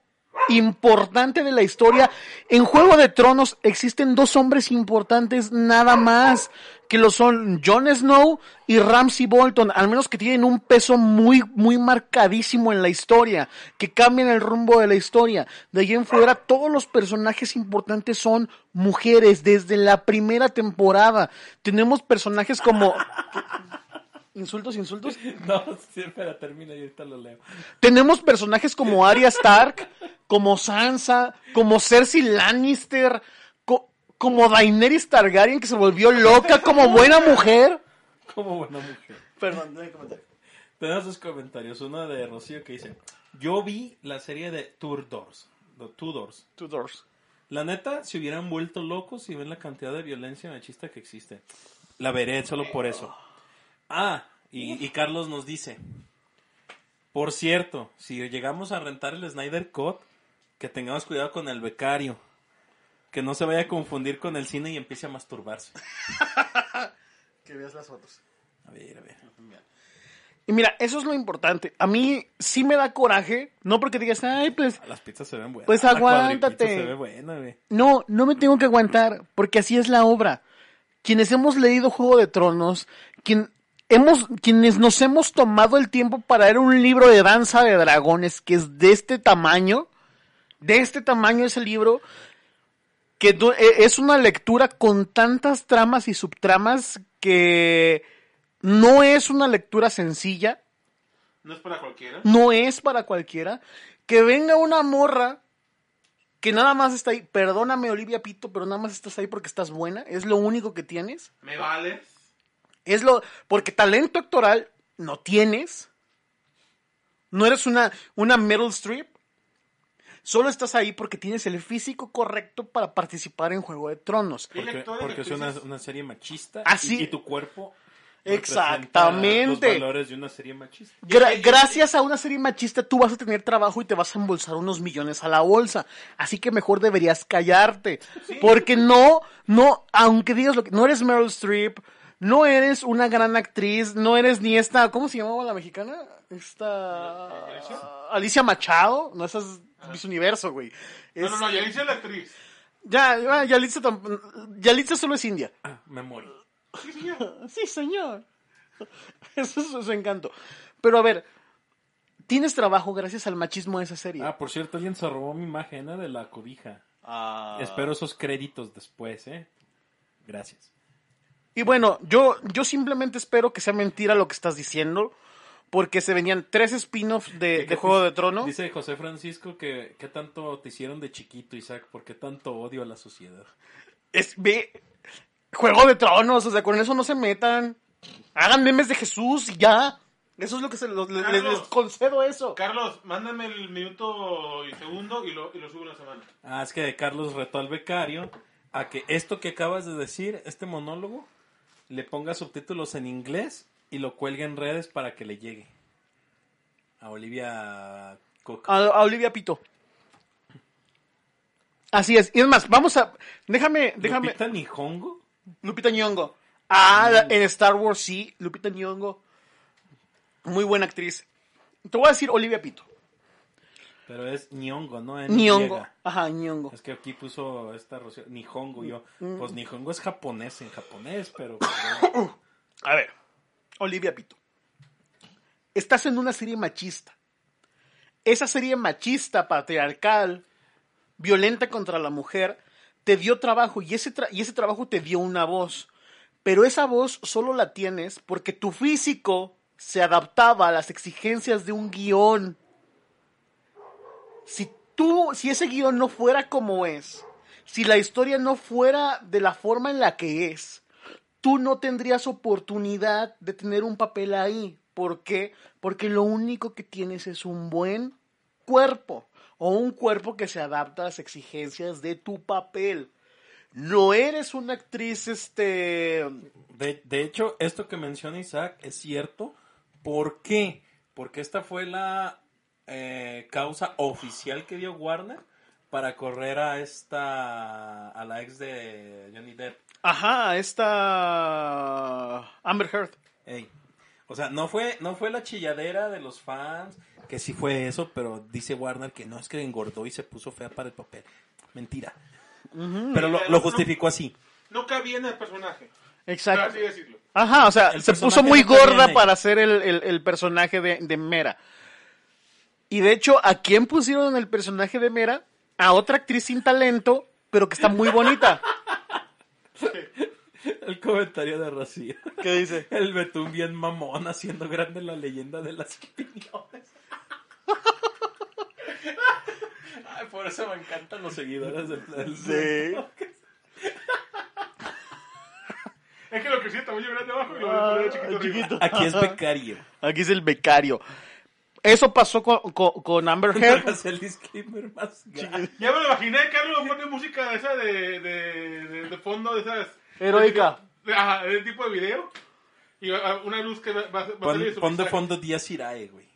Speaker 1: importante de la historia. En Juego de Tronos existen dos hombres importantes nada más, que lo son Jon Snow y Ramsay Bolton, al menos que tienen un peso muy, muy marcadísimo en la historia, que cambian el rumbo de la historia. De ahí en fuera, todos los personajes importantes son mujeres desde la primera temporada. Tenemos personajes como... Insultos, insultos.
Speaker 2: No, sí, espera, termina y ahorita lo leo.
Speaker 1: Tenemos personajes como Arya Stark, como Sansa, como Cersei Lannister, co- como Daenerys Targaryen que se volvió loca como buena mujer.
Speaker 2: Como buena mujer.
Speaker 1: Perdón,
Speaker 2: Tenemos dos comentarios. Uno de Rocío que dice: Yo vi la serie de Tudors. de Tudors. La neta, se hubieran vuelto locos si ven la cantidad de violencia machista que existe. La veré solo por eso. Ah, y, y Carlos nos dice: Por cierto, si llegamos a rentar el Snyder Cut, que tengamos cuidado con el becario. Que no se vaya a confundir con el cine y empiece a masturbarse.
Speaker 1: (laughs) Que veas las fotos.
Speaker 2: A ver, a ver.
Speaker 1: Y mira, eso es lo importante. A mí sí me da coraje, no porque digas, ay, pues,
Speaker 2: Las pizzas se ven buenas.
Speaker 1: Pues
Speaker 2: La cuadripizza
Speaker 1: aguántate.
Speaker 2: Se ve buena, güey.
Speaker 1: no, no me tengo que aguantar, porque así es la obra. Quienes hemos leído Juego de Tronos, quien hemos, quienes nos hemos tomado el tiempo para leer un libro de danza de dragones que es de este tamaño, de este tamaño ese libro, que du- e- es una lectura con tantas tramas y subtramas que no es una lectura sencilla,
Speaker 3: No es para cualquiera.
Speaker 1: no es para cualquiera. Que venga una morra que nada más está ahí. Perdóname, Olivia Pito, pero nada más estás ahí porque estás buena. Es lo único que tienes.
Speaker 3: Me vales.
Speaker 1: Es lo. Porque talento actoral no tienes. No eres una, una Meryl Streep. Solo estás ahí porque tienes el físico correcto para participar en Juego de Tronos.
Speaker 3: Y hay
Speaker 2: Porque,
Speaker 3: actores y
Speaker 2: porque es una,
Speaker 3: actrices-
Speaker 2: una serie machista.
Speaker 1: Así-
Speaker 2: Y, y tu cuerpo. representa
Speaker 1: Ah, Exactamente.
Speaker 2: Los valores de una serie machista.
Speaker 1: Gra- gracias a una serie machista tú vas a tener trabajo y te vas a embolsar unos millones a la bolsa. Así que mejor deberías callarte. Porque no, no, aunque digas lo que... No eres Meryl Streep, no eres una gran actriz, no eres ni esta... ¿Cómo se llamaba la mexicana? Esta...
Speaker 3: ¿Alicia?
Speaker 1: Alicia Machado. No, esa es Miss Universo, güey.
Speaker 3: No,
Speaker 1: Es-
Speaker 3: no, no, ya hice la actriz.
Speaker 1: Ya, ya, Yalitza, tamp- Yalitza solo es india.
Speaker 2: Ah, me morí.
Speaker 3: Sí, señor.
Speaker 1: Sí, señor. (laughs) Eso es su- su encanto. Pero a ver, tienes trabajo gracias al machismo de esa serie.
Speaker 2: Ah, por cierto, alguien se robó mi imagen ¿eh? de la cobija.
Speaker 1: Ah.
Speaker 2: Espero esos créditos después, ¿eh? Gracias.
Speaker 1: Y bueno, yo, yo simplemente espero que sea mentira lo que estás diciendo, porque se venían tres spin-offs de, de Juego de Tronos.
Speaker 2: Dice José Francisco que ¿qué tanto te hicieron de chiquito, Isaac? ¿Por qué tanto odio a la sociedad?
Speaker 1: Es, ve, Juego de Tronos, o sea, con eso no se metan. Hagan memes de Jesús y ya. Eso es lo que se los- les, les- les concedo eso.
Speaker 3: Carlos, mándame el minuto y segundo y lo, y lo subo una semana.
Speaker 2: Ah, es que Carlos retó al becario a que esto que acabas de decir, este monólogo, le ponga subtítulos en inglés y lo cuelgue en redes para que le llegue. A Olivia Cook.
Speaker 1: A, a Olivia Pito. Así es. Y es más, vamos a. Déjame, déjame.
Speaker 2: ¿Lupita Nyong'o?
Speaker 1: Lupita Nyong'o. Ah, la- en Star Wars sí, Lupita Nyong'o. Muy buena actriz. Te voy a decir Olivia Pito.
Speaker 2: Pero es Nyongo, ¿no? En
Speaker 1: Nyong'o.
Speaker 2: griega.
Speaker 1: Ajá, Nyong'o.
Speaker 2: Es que aquí puso esta Rocío, Nihongo, yo. Pues Nihongo es japonés en japonés, pero. pues, no.
Speaker 1: A ver, Olivia Pito. Estás en una serie machista. Esa serie machista, patriarcal, violenta contra la mujer, te dio trabajo y ese, tra- y ese trabajo te dio una voz. Pero esa voz solo la tienes porque tu físico se adaptaba a las exigencias de un guión. Si tú, si ese guión no fuera como es, si la historia no fuera de la forma en la que es, tú no tendrías oportunidad de tener un papel ahí. ¿Por qué? Porque lo único que tienes es un buen cuerpo o un cuerpo que se adapta a las exigencias de tu papel. No eres una actriz, este...
Speaker 2: De, de hecho, esto que menciona Isaac es cierto. ¿Por qué? Porque esta fue la eh, causa oficial que dio Warner para correr a esta. a la ex de Johnny Depp.
Speaker 1: Ajá, esta... Amber Heard.
Speaker 2: Ey. O sea, no fue, no fue la chilladera de los fans, que sí fue eso, pero dice Warner que no es que engordó y se puso fea para el papel. Mentira. Pero lo, lo justificó así.
Speaker 3: No cabía en el personaje. Por
Speaker 1: Exacto.
Speaker 3: así decirlo.
Speaker 1: Ajá, o sea,
Speaker 2: El
Speaker 1: se
Speaker 2: personaje
Speaker 1: puso muy
Speaker 2: no está bien
Speaker 1: gorda
Speaker 2: ahí.
Speaker 1: para ser el, el- el personaje de, de Mera. Y de hecho, ¿a quién pusieron el personaje de Mera? A otra actriz sin talento, pero que está muy
Speaker 2: (laughs)
Speaker 1: bonita.
Speaker 2: El comentario de Rocío.
Speaker 1: ¿Qué dice?
Speaker 2: El Betún bien mamón haciendo grande la leyenda de las opiniones. Ay, por eso me encantan los seguidores del, del-
Speaker 1: Sí.
Speaker 3: Es que lo crecí de tamaño grande abajo
Speaker 2: Ah,
Speaker 3: y lo decoré de chiquito arriba.
Speaker 2: Aquí es
Speaker 1: (laughs)
Speaker 2: becario.
Speaker 1: Aquí es el becario. Eso pasó con, con- con Amber
Speaker 2: (laughs)
Speaker 1: Heard.
Speaker 2: Hagas el disclaimer más grande.
Speaker 3: Ya me lo imaginé, Carlos, pone música de esa de, de, de, de fondo, de esas.
Speaker 1: Heroica.
Speaker 3: De, ajá, de ese tipo de video. Y va- va- una luz que va, va- va a
Speaker 2: Pon,
Speaker 3: salir su
Speaker 2: pon de
Speaker 3: mensaje.
Speaker 2: fondo Díaz Irae, güey.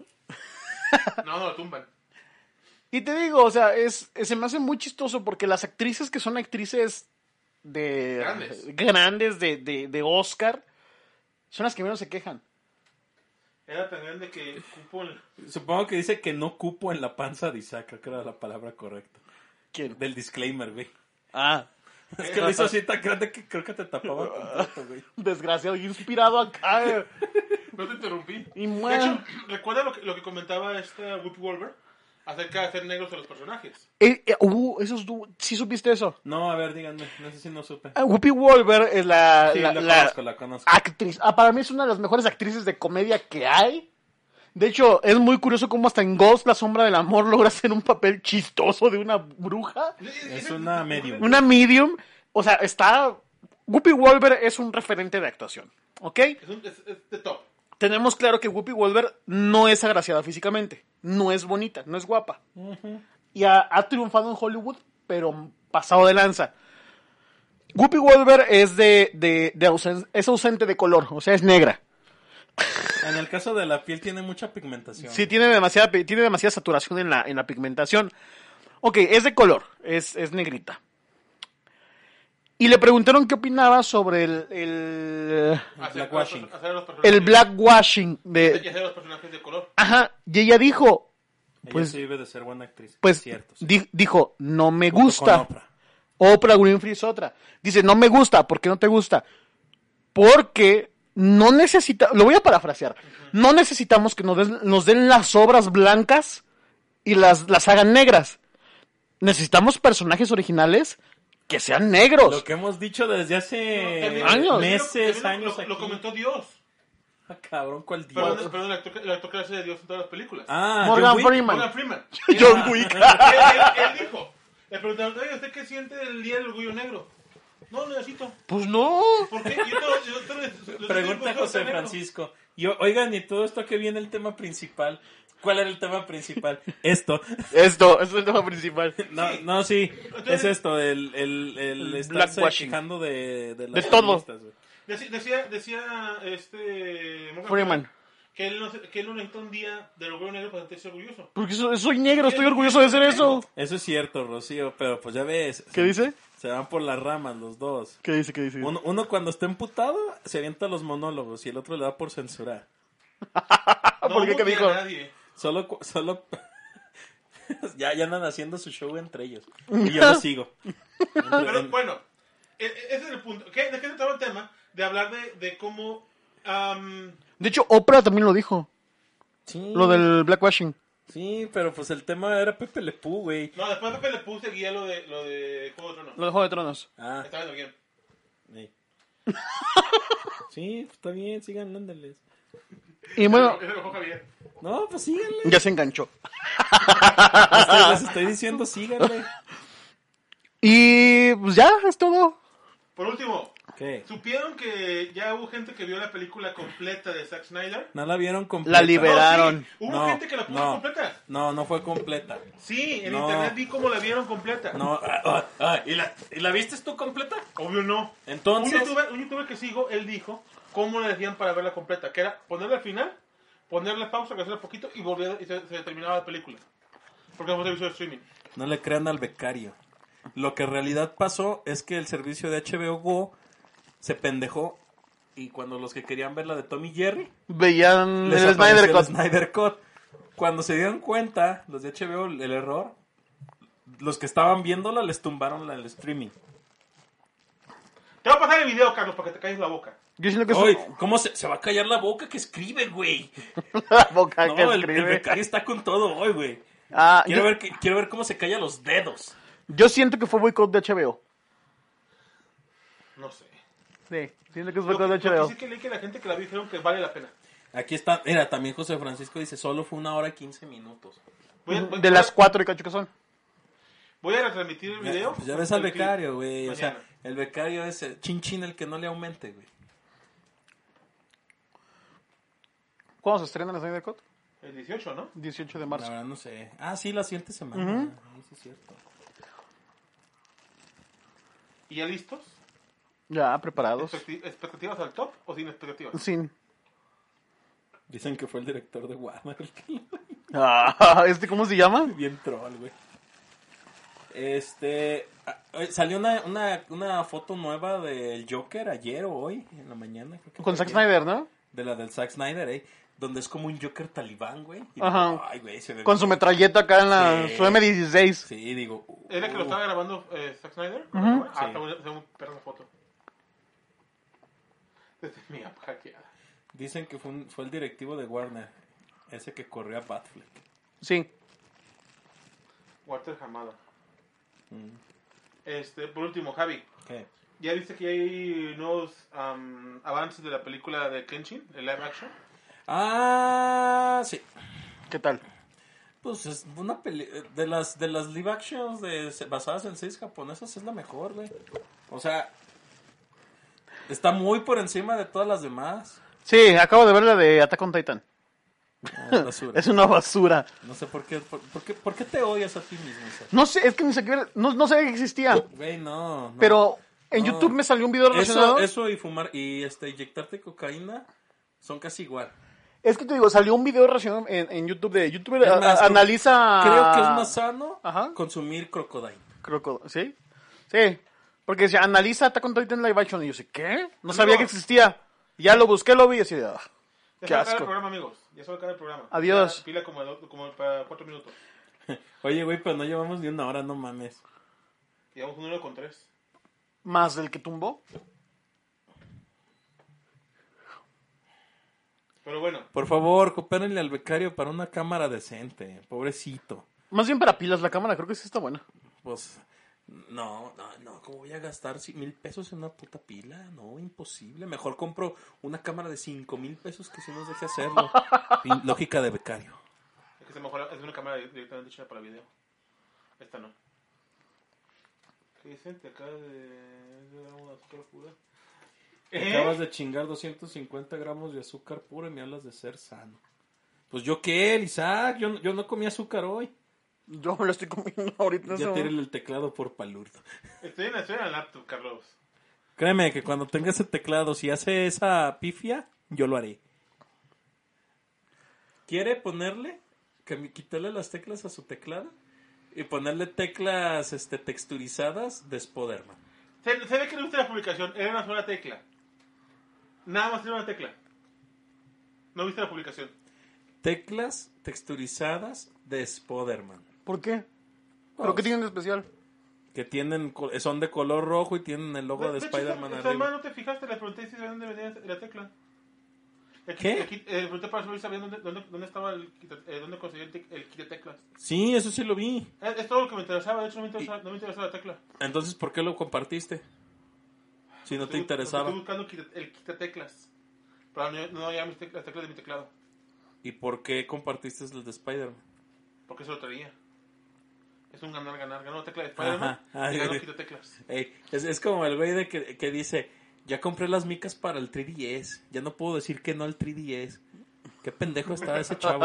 Speaker 3: No, no, lo tumban.
Speaker 1: Y te digo, o sea, es, es- se me hace muy chistoso porque las actrices que son actrices de
Speaker 3: Grandes.
Speaker 1: grandes de, de- de Oscar son las que menos se quejan.
Speaker 3: Era tan grande que cupo en-
Speaker 2: Supongo que dice que no cupo en la panza de Isaac, creo que era la palabra correcta.
Speaker 1: ¿Quién?
Speaker 2: Del disclaimer, güey.
Speaker 1: Ah,
Speaker 2: Es que lo hizo así tan grande que creo que te tapaba completo, güey.
Speaker 1: desgraciado, inspirado acá. eh.
Speaker 3: No te interrumpí.
Speaker 1: Y
Speaker 3: De
Speaker 1: muero.
Speaker 3: hecho, recuerda lo que, lo que comentaba esta Whip Wolver acerca de hacer negros a los personajes.
Speaker 1: Eh, eh, uh, esos du- ¿Sí supiste eso?
Speaker 2: No, a ver, díganme, no sé si no supe.
Speaker 1: Ah, Whoopi Wolver es la,
Speaker 2: Sí,
Speaker 1: la-
Speaker 2: la,
Speaker 1: la
Speaker 2: conozco, la conozco.
Speaker 1: actriz. Ah, para mí es una de las mejores actrices de comedia que hay. De hecho, es muy curioso cómo hasta en Ghost, La Sombra del Amor, (laughs) logra hacer un papel chistoso de una bruja.
Speaker 2: Es una medium.
Speaker 1: Una medium. O sea, está... Whoopi Wolver es un referente de actuación. ¿Ok?
Speaker 3: Es, un, es, es de top.
Speaker 1: tenemos claro que Whoopi Wolver no es agraciada físicamente, no es bonita, no es guapa. Y ha, ha triunfado en Hollywood, pero pasado de lanza. Whoopi Wolver es de, de- de ausen- es ausente de color, o sea, es negra.
Speaker 2: En el caso de la piel tiene mucha pigmentación.
Speaker 1: Sí, tiene demasiada, pi- tiene demasiada saturación en la, en la pigmentación. Ok, es de color, es, es negrita. Y le preguntaron qué opinaba sobre el, el,
Speaker 3: Hacer,
Speaker 2: Blackwashing.
Speaker 3: hacer a los personajes.
Speaker 1: el blackwashing
Speaker 3: Y
Speaker 1: de...
Speaker 3: hacer a los personajes de color.
Speaker 1: Ajá, y ella dijo,
Speaker 2: Ella
Speaker 1: pues-
Speaker 2: sí debe de ser buena actriz.
Speaker 1: pues
Speaker 2: cierto. sí.
Speaker 1: di- dijo, no me
Speaker 2: Junto
Speaker 1: gusta.
Speaker 2: con Oprah.
Speaker 1: Oprah Winfrey es otra. Dice, no me gusta, ¿por qué no te gusta? Porque no necesita, lo voy a parafrasear, no necesitamos que nos den, nos den las obras blancas y las, las hagan negras. Necesitamos personajes originales que sean negros.
Speaker 2: Lo que hemos dicho desde hace
Speaker 3: También-
Speaker 1: años.
Speaker 3: también lo-
Speaker 2: Eh, meses,
Speaker 3: también lo-
Speaker 2: años.
Speaker 3: Lo, lo
Speaker 2: aquí.
Speaker 3: comentó Dios.
Speaker 2: Ah, cabrón, ¿cuál
Speaker 3: Perdón,
Speaker 2: diablo?
Speaker 3: perdón, el actor, que- el actor que hace de Dios en todas las películas.
Speaker 2: Ah,
Speaker 1: Morgan
Speaker 2: John Wick.
Speaker 1: Freeman. (laughs)
Speaker 3: Morgan Freeman.
Speaker 1: John
Speaker 2: (laughs)
Speaker 1: Wick.
Speaker 3: Él, él- él dijo, le preguntaron, oye, ¿usted qué siente el día del orgullo negro? No, no necesito.
Speaker 1: pues no.
Speaker 3: ¿Por qué? Yo te- yo te- yo te-
Speaker 2: Pregunta a
Speaker 3: yo te-
Speaker 2: José
Speaker 3: negro.
Speaker 2: Francisco. Yo, oigan, y todo esto que viene el tema principal. ¿Cuál era el tema principal? (laughs) Esto.
Speaker 1: Esto, eso es el tema (laughs) principal.
Speaker 2: No, no, sí.
Speaker 3: Entonces-
Speaker 2: es esto, el, el, el estarse
Speaker 1: Blackwashing.
Speaker 2: quejando de, de, las
Speaker 1: De todo.
Speaker 2: feministas, güey.
Speaker 3: Decía, decía, decía este. Morgan
Speaker 1: Freeman.
Speaker 3: Que él, no, se- que él no necesita un día de logro negro para sentirse orgulloso.
Speaker 1: Porque so- soy negro, estoy orgulloso de ser eso.
Speaker 2: Eso es cierto, Rocío, pero pues ya ves.
Speaker 1: ¿Qué dice?
Speaker 2: Se van por las ramas los dos.
Speaker 1: ¿Qué dice? ¿Qué dice?
Speaker 2: Uno, uno cuando está emputado se avienta los monólogos y el otro le da por censurar.
Speaker 1: Ah, ¿Por qué?
Speaker 3: no
Speaker 1: ¿Qué
Speaker 3: odia
Speaker 1: dijo?
Speaker 3: a nadie.
Speaker 2: Solo, cu- solo (laughs) ya, ya andan haciendo su show entre ellos. Y yo
Speaker 1: (laughs)
Speaker 2: lo sigo.
Speaker 3: Pero bueno, e- e- ese es el punto. ¿Qué- ¿De qué se trata el tema? De hablar de, de cómo. am,
Speaker 1: De hecho, Oprah también lo dijo.
Speaker 2: Sí,
Speaker 1: Lo del blackwashing.
Speaker 2: sí, pero pues el tema era Pepe Le Pew, güey.
Speaker 3: no, después de que le puse guía lo de, lo de Juego de Tronos.
Speaker 1: Lo de Juego de Tronos.
Speaker 2: Ah,
Speaker 3: Está viendo bien.
Speaker 2: sí.
Speaker 1: (laughs)
Speaker 2: Sí, está bien, sigan, ándeles.
Speaker 1: Y bueno,
Speaker 3: Ese lo dejó Javier.
Speaker 2: No, pues síganle.
Speaker 1: ya se enganchó. (laughs)
Speaker 2: Ustedes Les estoy diciendo, síganle.
Speaker 1: Y pues ya, es todo.
Speaker 3: Por último,
Speaker 2: ¿Qué?
Speaker 3: ¿supieron que ya hubo gente que vio la película completa de Zack Snyder?
Speaker 2: ¿No la vieron completa?
Speaker 1: La liber- Esperaron.
Speaker 3: No, sí, Hubo
Speaker 2: No,
Speaker 3: gente que la puso
Speaker 2: no.
Speaker 3: completa.
Speaker 2: No, no fue completa.
Speaker 3: Sí, en
Speaker 2: No.
Speaker 3: internet vi cómo la vieron completa.
Speaker 2: No, ah, ah, ah, ¿y, la, ¿y la viste tú completa?
Speaker 3: Obvio no.
Speaker 2: Entonces-
Speaker 3: Un youtuber, un youtuber que sigo, él dijo cómo le decían para verla completa. Que era ponerla al final, ponerle pausa, cancelar poquito y volver y se, se terminaba la película. Porque hemos visto el streaming.
Speaker 2: No le crean al becario. Lo que en realidad pasó es que el servicio de HBO Go se pendejó y cuando los que querían ver la de Tommy Jerry
Speaker 1: Veían
Speaker 2: les
Speaker 1: Mm, el
Speaker 2: apareció
Speaker 1: Snyder Cut.
Speaker 2: el Snyder Cut. Cuando se dieron cuenta los de HBO el error, los que estaban viéndola les tumbaron la del streaming.
Speaker 3: Te va a pasar el video, Carlos, para que te calles la boca.
Speaker 1: Yo siento que
Speaker 2: Oye,
Speaker 1: es
Speaker 2: ¿cómo se, se va a callar la boca que escribe, güey?
Speaker 1: la (laughs) boca
Speaker 2: No,
Speaker 1: Ah, que
Speaker 2: el, el
Speaker 1: escribe.
Speaker 2: becario está con todo hoy, güey.
Speaker 1: Ah,
Speaker 2: Quiero
Speaker 1: yo-
Speaker 2: ver, que- quiero ver cómo se calla los dedos.
Speaker 1: Yo siento que fue boicot de HBO.
Speaker 3: No sé.
Speaker 1: Sí, siento que es
Speaker 3: Lo,
Speaker 1: boicot de
Speaker 3: lo que
Speaker 1: HBO.
Speaker 3: sí que leí que la gente que la vio dijeron que vale la pena.
Speaker 2: Aquí está, mira, también José Francisco dice, solo fue una hora y quince minutos.
Speaker 3: Voy a, voy-
Speaker 1: De las cuatro y cacho que son.
Speaker 3: voy a retransmitir el video.
Speaker 2: Pues ya ves al
Speaker 3: El clip
Speaker 2: becario, güey. O sea,
Speaker 3: mañana.
Speaker 2: el becario es el chin chin el que no le aumente, güey.
Speaker 1: ¿Cuándo se estrena el Snyder Cut?
Speaker 3: El 18, ¿no?
Speaker 1: 18 de
Speaker 2: La
Speaker 1: marzo.
Speaker 2: verdad no sé. Ah, sí, la siguiente semana. Ah, sí, es cierto.
Speaker 3: ¿Y ya listos?
Speaker 1: Ya, preparados.
Speaker 3: Expecti- ¿Expectativas al top o sin expectativas?
Speaker 1: Sin.
Speaker 2: Dicen que fue el director de Warner.
Speaker 1: Ah, (laughs) ¿Este cómo se llama?
Speaker 2: (laughs) Bien troll, güey. Este. ah, eh, Salió una, una, una foto nueva del Joker ayer o hoy, en la mañana. creo que
Speaker 1: Con
Speaker 2: fue
Speaker 1: Zack
Speaker 2: ayer.
Speaker 1: Snyder, ¿no?
Speaker 2: De la del Zack Snyder, eh. Donde es como un Joker talibán, güey. Y
Speaker 1: Ajá.
Speaker 2: digo, Ay, güey, se ve.
Speaker 1: Con su metralleta acá en la,
Speaker 2: Sí.
Speaker 1: su M16.
Speaker 2: Sí, digo. uh,
Speaker 3: ¿Era que lo estaba grabando eh, Zack Snyder? Ah, tengo, tengo un perro de foto. Esta es mi app hackeada.
Speaker 2: Dicen que fue, un- fue el directivo de Warner. Ese que corrió a Batfleck.
Speaker 1: Sí.
Speaker 3: Walter Hamada. Este, por último, Javi.
Speaker 2: ¿Qué?
Speaker 3: ¿Ya viste que hay nuevos am, avances de la película de Kenshin, el live action?
Speaker 2: Ah, sí.
Speaker 1: ¿Qué tal?
Speaker 2: Pues es una peli de las de las live actions de, basadas en series japonesas es la mejor, güey. O sea, está muy por encima de todas las demás.
Speaker 1: Sí, acabo de ver la de Attack on Titan.
Speaker 2: Ah,
Speaker 1: (laughs)
Speaker 2: basura.
Speaker 1: Es una basura.
Speaker 2: No sé por qué, por, por qué por qué te odias a ti mismo. Isaac?
Speaker 1: No sé, es que ni siquiera. No, no sabía que existía.
Speaker 2: Güey, no, no.
Speaker 1: Pero en
Speaker 2: No.
Speaker 1: YouTube me salió un video
Speaker 2: eso,
Speaker 1: relacionado.
Speaker 2: eso y fumar y este inyectarte cocaína son casi igual.
Speaker 1: Es que te digo, salió un video relacionado en, en YouTube de YouTube
Speaker 2: Es más, creo-
Speaker 1: analiza.
Speaker 2: Creo que es más sano
Speaker 1: Ajá.
Speaker 2: consumir crocodile.
Speaker 1: Crocodile, ¿sí? Sí. Porque decía, analiza Attack on Titan Live Action. Y yo sé, ¿qué? No
Speaker 3: Amigos.
Speaker 1: sabía que existía. Ya lo busqué, lo vi y así de, ah,
Speaker 3: Ya
Speaker 1: qué
Speaker 3: se va a acabar el
Speaker 1: asco.
Speaker 3: programa, amigos. Ya se va a acabar el programa.
Speaker 1: Adiós.
Speaker 3: Ya Pila como, do- como para cuatro minutos.
Speaker 2: Oye, güey, pero no llevamos ni una hora, no mames.
Speaker 3: Llevamos un 1 con tres.
Speaker 1: Más del que tumbó.
Speaker 3: Pero bueno,
Speaker 2: Por favor, coopérenle al becario para una cámara decente. Pobrecito.
Speaker 1: Más bien para pilas la cámara, creo que sí está buena.
Speaker 2: Pues, no, no, no. ¿Cómo voy a gastar ci- mil pesos en una puta pila? No, imposible. Mejor compro una cámara de cinco mil pesos que si nos deje (laughs) hacerlo. Pin- Lógica de becario.
Speaker 3: es que se mejora. Es una cámara directamente hecha para video. Esta no. ¿Qué dicen? Te acabas de. de dar una azúcar pura. ¿Eh?
Speaker 2: Acabas de chingar 250 gramos de azúcar puro y me hablas de ser sano. Pues yo qué, Isaac, yo, no- yo no comí azúcar hoy.
Speaker 1: Yo me lo estoy comiendo (laughs) ahorita. en
Speaker 2: Ya
Speaker 1: este
Speaker 2: tiré el teclado por palurdo.
Speaker 3: Estoy en, estoy en la laptop, Carlos.
Speaker 2: Créeme que cuando tenga ese teclado, si hace esa pifia, yo lo haré. ¿Quiere ponerle, que me- quitarle las teclas a su teclado y ponerle teclas este, texturizadas de Spoderman?
Speaker 3: Se, se ve que le gusta la publicación. Era una sola tecla. Nada más era una tecla. No viste la publicación.
Speaker 2: Teclas texturizadas de Spoderman.
Speaker 1: ¿Por qué?
Speaker 2: Ah,
Speaker 1: ¿Pero qué tienen de especial?
Speaker 2: Que tienen, co- son de color rojo y tienen el logo de,
Speaker 3: hecho,
Speaker 2: Spider-Man
Speaker 3: esta- esta
Speaker 2: arriba.
Speaker 3: semana no te fijaste, le pregunté si sabía dónde venía la tecla. Aquí-
Speaker 2: ¿Qué?
Speaker 3: Aquí, eh, le pregunté para saber si sabía dónde, dónde, dónde estaba el, quita- eh, dónde conseguí el, tic- el kit de teclas.
Speaker 2: Sí, eso sí lo vi.
Speaker 3: Eh, Es, es todo lo que me interesaba, de hecho no me interesaba, no me interesaba la tecla.
Speaker 2: Entonces, ¿por qué lo compartiste? Si no te
Speaker 3: Estoy bu-
Speaker 2: interesaba.
Speaker 3: Estoy buscando el quita- el quita teclas. Para no, no hallar mis tec- las teclas de mi teclado.
Speaker 2: ¿Y por qué compartiste el de Spider-Man?
Speaker 3: Porque se lo traía. Es un ganar, ganar, ganar tecla de Spider-Man.
Speaker 2: Ajá.
Speaker 3: y
Speaker 2: (laughs)
Speaker 3: ganó quita teclas.
Speaker 2: Ey, es, es como el güey de que, que dice, ya compré las micas para el 3DS, ya no puedo decir que no al 3DS. Qué pendejo está ese chavo,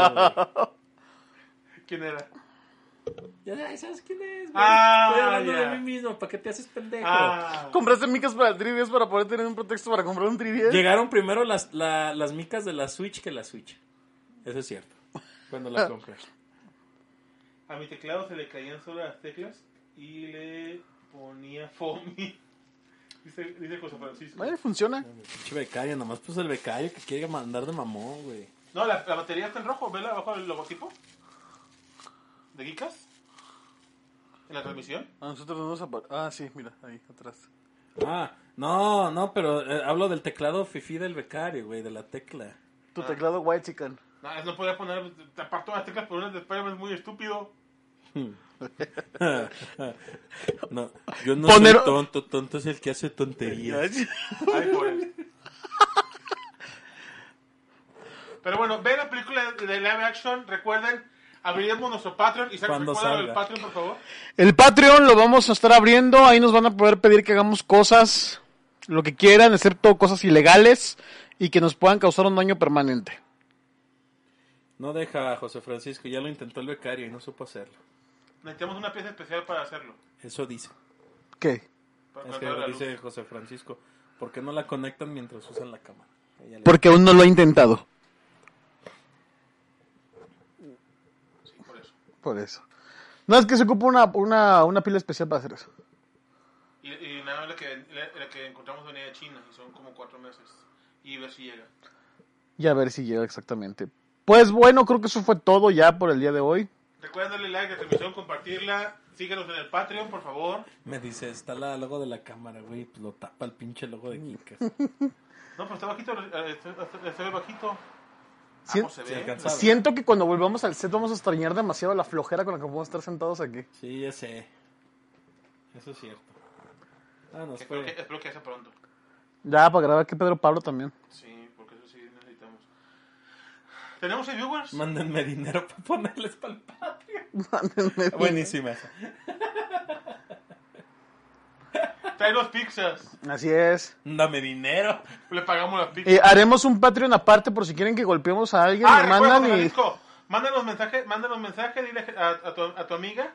Speaker 3: (laughs)
Speaker 2: güey.
Speaker 3: ¿Quién era?
Speaker 2: Ya ay, sabes quién es, güey.
Speaker 3: Ah,
Speaker 2: Estoy hablando
Speaker 3: ya.
Speaker 2: de mí mismo, ¿para qué te haces pendejo?
Speaker 3: Ah,
Speaker 1: ¿Compraste micas para el 3DS para poder tener un pretexto para comprar un 3DS?
Speaker 2: Llegaron primero las, la- las micas de la Switch que la Switch. Eso es cierto. Cuando la compré.
Speaker 3: a mi teclado se le caían solo las teclas y le ponía foamy. (laughs) Dice, dice José Francisco.
Speaker 1: Madre, funciona.
Speaker 2: Pinche becario, nomás pues el becario que quiere mandar de mamón, güey.
Speaker 3: No, la, la batería está en rojo, ¿vela abajo del logotipo? ¿De Geekas? ¿En la transmisión?
Speaker 1: A nosotros nos apar- Ah, sí, mira, ahí atrás.
Speaker 2: Ah, no, no, pero eh, hablo del teclado fifi del becario, güey, de la tecla.
Speaker 1: Tu teclado White Chicken.
Speaker 3: No, es- no podía poner, tapar todas las teclas por una de Spider-Man es muy
Speaker 2: (laughs)
Speaker 3: estúpido.
Speaker 2: No, yo no
Speaker 1: Poner-
Speaker 2: soy tonto, tonto es el que hace tonterías.
Speaker 3: Ay, pobre. Pero bueno, vean la película de, de live action, recuerden, abriremos nuestro Patreon. Isaac,
Speaker 2: Cuando
Speaker 3: recuerda lo del
Speaker 2: salga.
Speaker 3: Patreon, por favor.
Speaker 1: El Patreon lo vamos a estar abriendo. Ahí nos van a poder pedir que hagamos cosas, lo que quieran, excepto cosas ilegales y que nos puedan causar un daño permanente.
Speaker 2: No deja a José Francisco, ya lo intentó el becario y no supo hacerlo.
Speaker 3: Necesitamos una pieza especial para hacerlo.
Speaker 2: Eso dice.
Speaker 1: ¿Qué?
Speaker 3: Para
Speaker 2: Es que
Speaker 3: cortar la luz.
Speaker 2: dice José Francisco, ¿por qué no la conectan mientras usan la cámara? Ella le-
Speaker 1: Porque aún no lo ha intentado.
Speaker 3: Sí, por eso.
Speaker 1: Por eso. No, es que se ocupa una, una, una pila especial para hacer eso.
Speaker 3: Y, y nada más la que, la, la que encontramos venía de China, y son como cuatro meses. Y ver si llega.
Speaker 1: Y a ver si llega exactamente. Pues bueno, creo que eso fue todo ya por el día de hoy.
Speaker 3: Recuerden darle like a la transmisión, compartirla. Síganos en el Patreon, por favor.
Speaker 2: Me dice, está la logo de la cámara, güey, pues lo tapa el pinche logo de Kikas.
Speaker 3: No, pero está bajito, eh, está- está- se ve bajito.
Speaker 1: Sí,
Speaker 3: ¿Cómo se
Speaker 2: sí,
Speaker 3: ve?
Speaker 2: alcanza.
Speaker 1: Siento que cuando volvamos al set vamos a extrañar demasiado la flojera con la que vamos a estar sentados aquí.
Speaker 2: Sí, ya sé. Eso es cierto. Ah, nos
Speaker 3: espero, que,
Speaker 2: fue.
Speaker 3: espero que sea pronto.
Speaker 1: Ya, para grabar que Pedro Pablo (laughs) también.
Speaker 3: Sí, porque eso sí necesitamos. ¿Tenemos 6 viewers?
Speaker 2: Mándenme dinero para ponerles
Speaker 1: (laughs)
Speaker 2: pa'l patio.
Speaker 1: Mándenme.
Speaker 2: Buenísima esa.
Speaker 3: Trae los pizzas.
Speaker 1: Así es.
Speaker 2: Dame dinero.
Speaker 3: Le pagamos las pizzas.
Speaker 1: Eh, haremos un Patreon aparte por si quieren que golpeemos a alguien.
Speaker 3: ah,
Speaker 1: me
Speaker 3: recuerda,
Speaker 1: mandan
Speaker 3: José
Speaker 1: y...
Speaker 3: Francisco, mándanos mensaje, mándanos mensaje, dile a, a tu, a tu amiga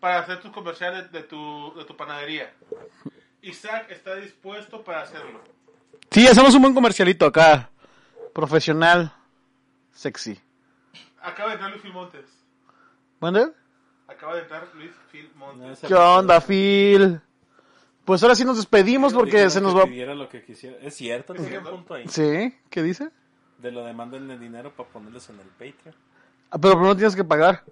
Speaker 3: para hacer tus comerciales de tu, de tu panadería. Isaac está dispuesto para hacerlo.
Speaker 1: Sí, hacemos un buen comercialito acá. Profesional. Sexy.
Speaker 3: Acaba de entrar Luis Phil Montes.
Speaker 1: ¿Mande?
Speaker 3: Acaba de entrar Luis Phil Montes.
Speaker 1: ¿Qué onda, Phil? Pues ahora sí nos despedimos porque
Speaker 2: Dijeron
Speaker 1: se nos
Speaker 2: que
Speaker 1: va...
Speaker 2: pidiera lo que quisiera. Es cierto, tiene un punto ahí.
Speaker 1: ¿Sí? ¿Qué dice?
Speaker 2: De lo de mándenle dinero para ponerles en el Patreon.
Speaker 1: Ah, pero primero tienes que pagar.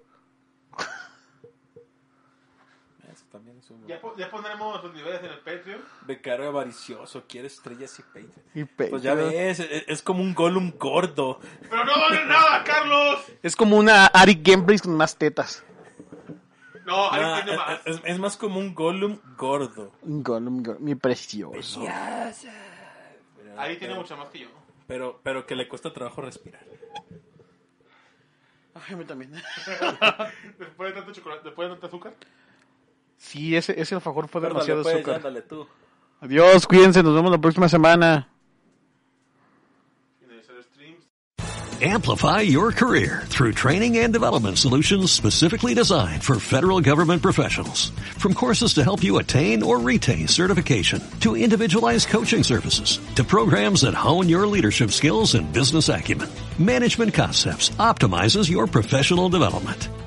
Speaker 2: Eso también es un...
Speaker 3: Ya, po- ya pondremos los niveles en el Patreon.
Speaker 2: Becario avaricioso, quiere estrellas y Patreon.
Speaker 1: Y
Speaker 2: Pues ya
Speaker 1: Patreon.
Speaker 2: ves, es, es como un Gollum gordo.
Speaker 3: ¡Pero no vale nada, Carlos!
Speaker 1: Es como una Ari Gameplays con más tetas.
Speaker 3: No, ahí
Speaker 2: Ah,
Speaker 3: tiene más.
Speaker 2: es, es- es más como un Gollum gordo.
Speaker 1: Un Gollum, Gollum, mi precioso.
Speaker 3: Ahí tiene mucho más que yo.
Speaker 2: Pero, pero que le cuesta trabajo respirar.
Speaker 1: Ay, a mí también.
Speaker 3: Después de tanto chocolate, después de tanto azúcar.
Speaker 1: Sí, ese, ese alfajor fue demasiado
Speaker 2: Ándale, pues,
Speaker 1: azúcar.
Speaker 2: ándale tú.
Speaker 1: Adiós, cuídense, nos vemos la próxima semana.
Speaker 3: Finalizar streams.
Speaker 4: Amplify your career through training and development solutions specifically designed for federal government professionals. From courses to help you attain or retain certification, to individualized coaching services, to programs that hone your leadership skills and business acumen, Management Concepts optimizes your professional development.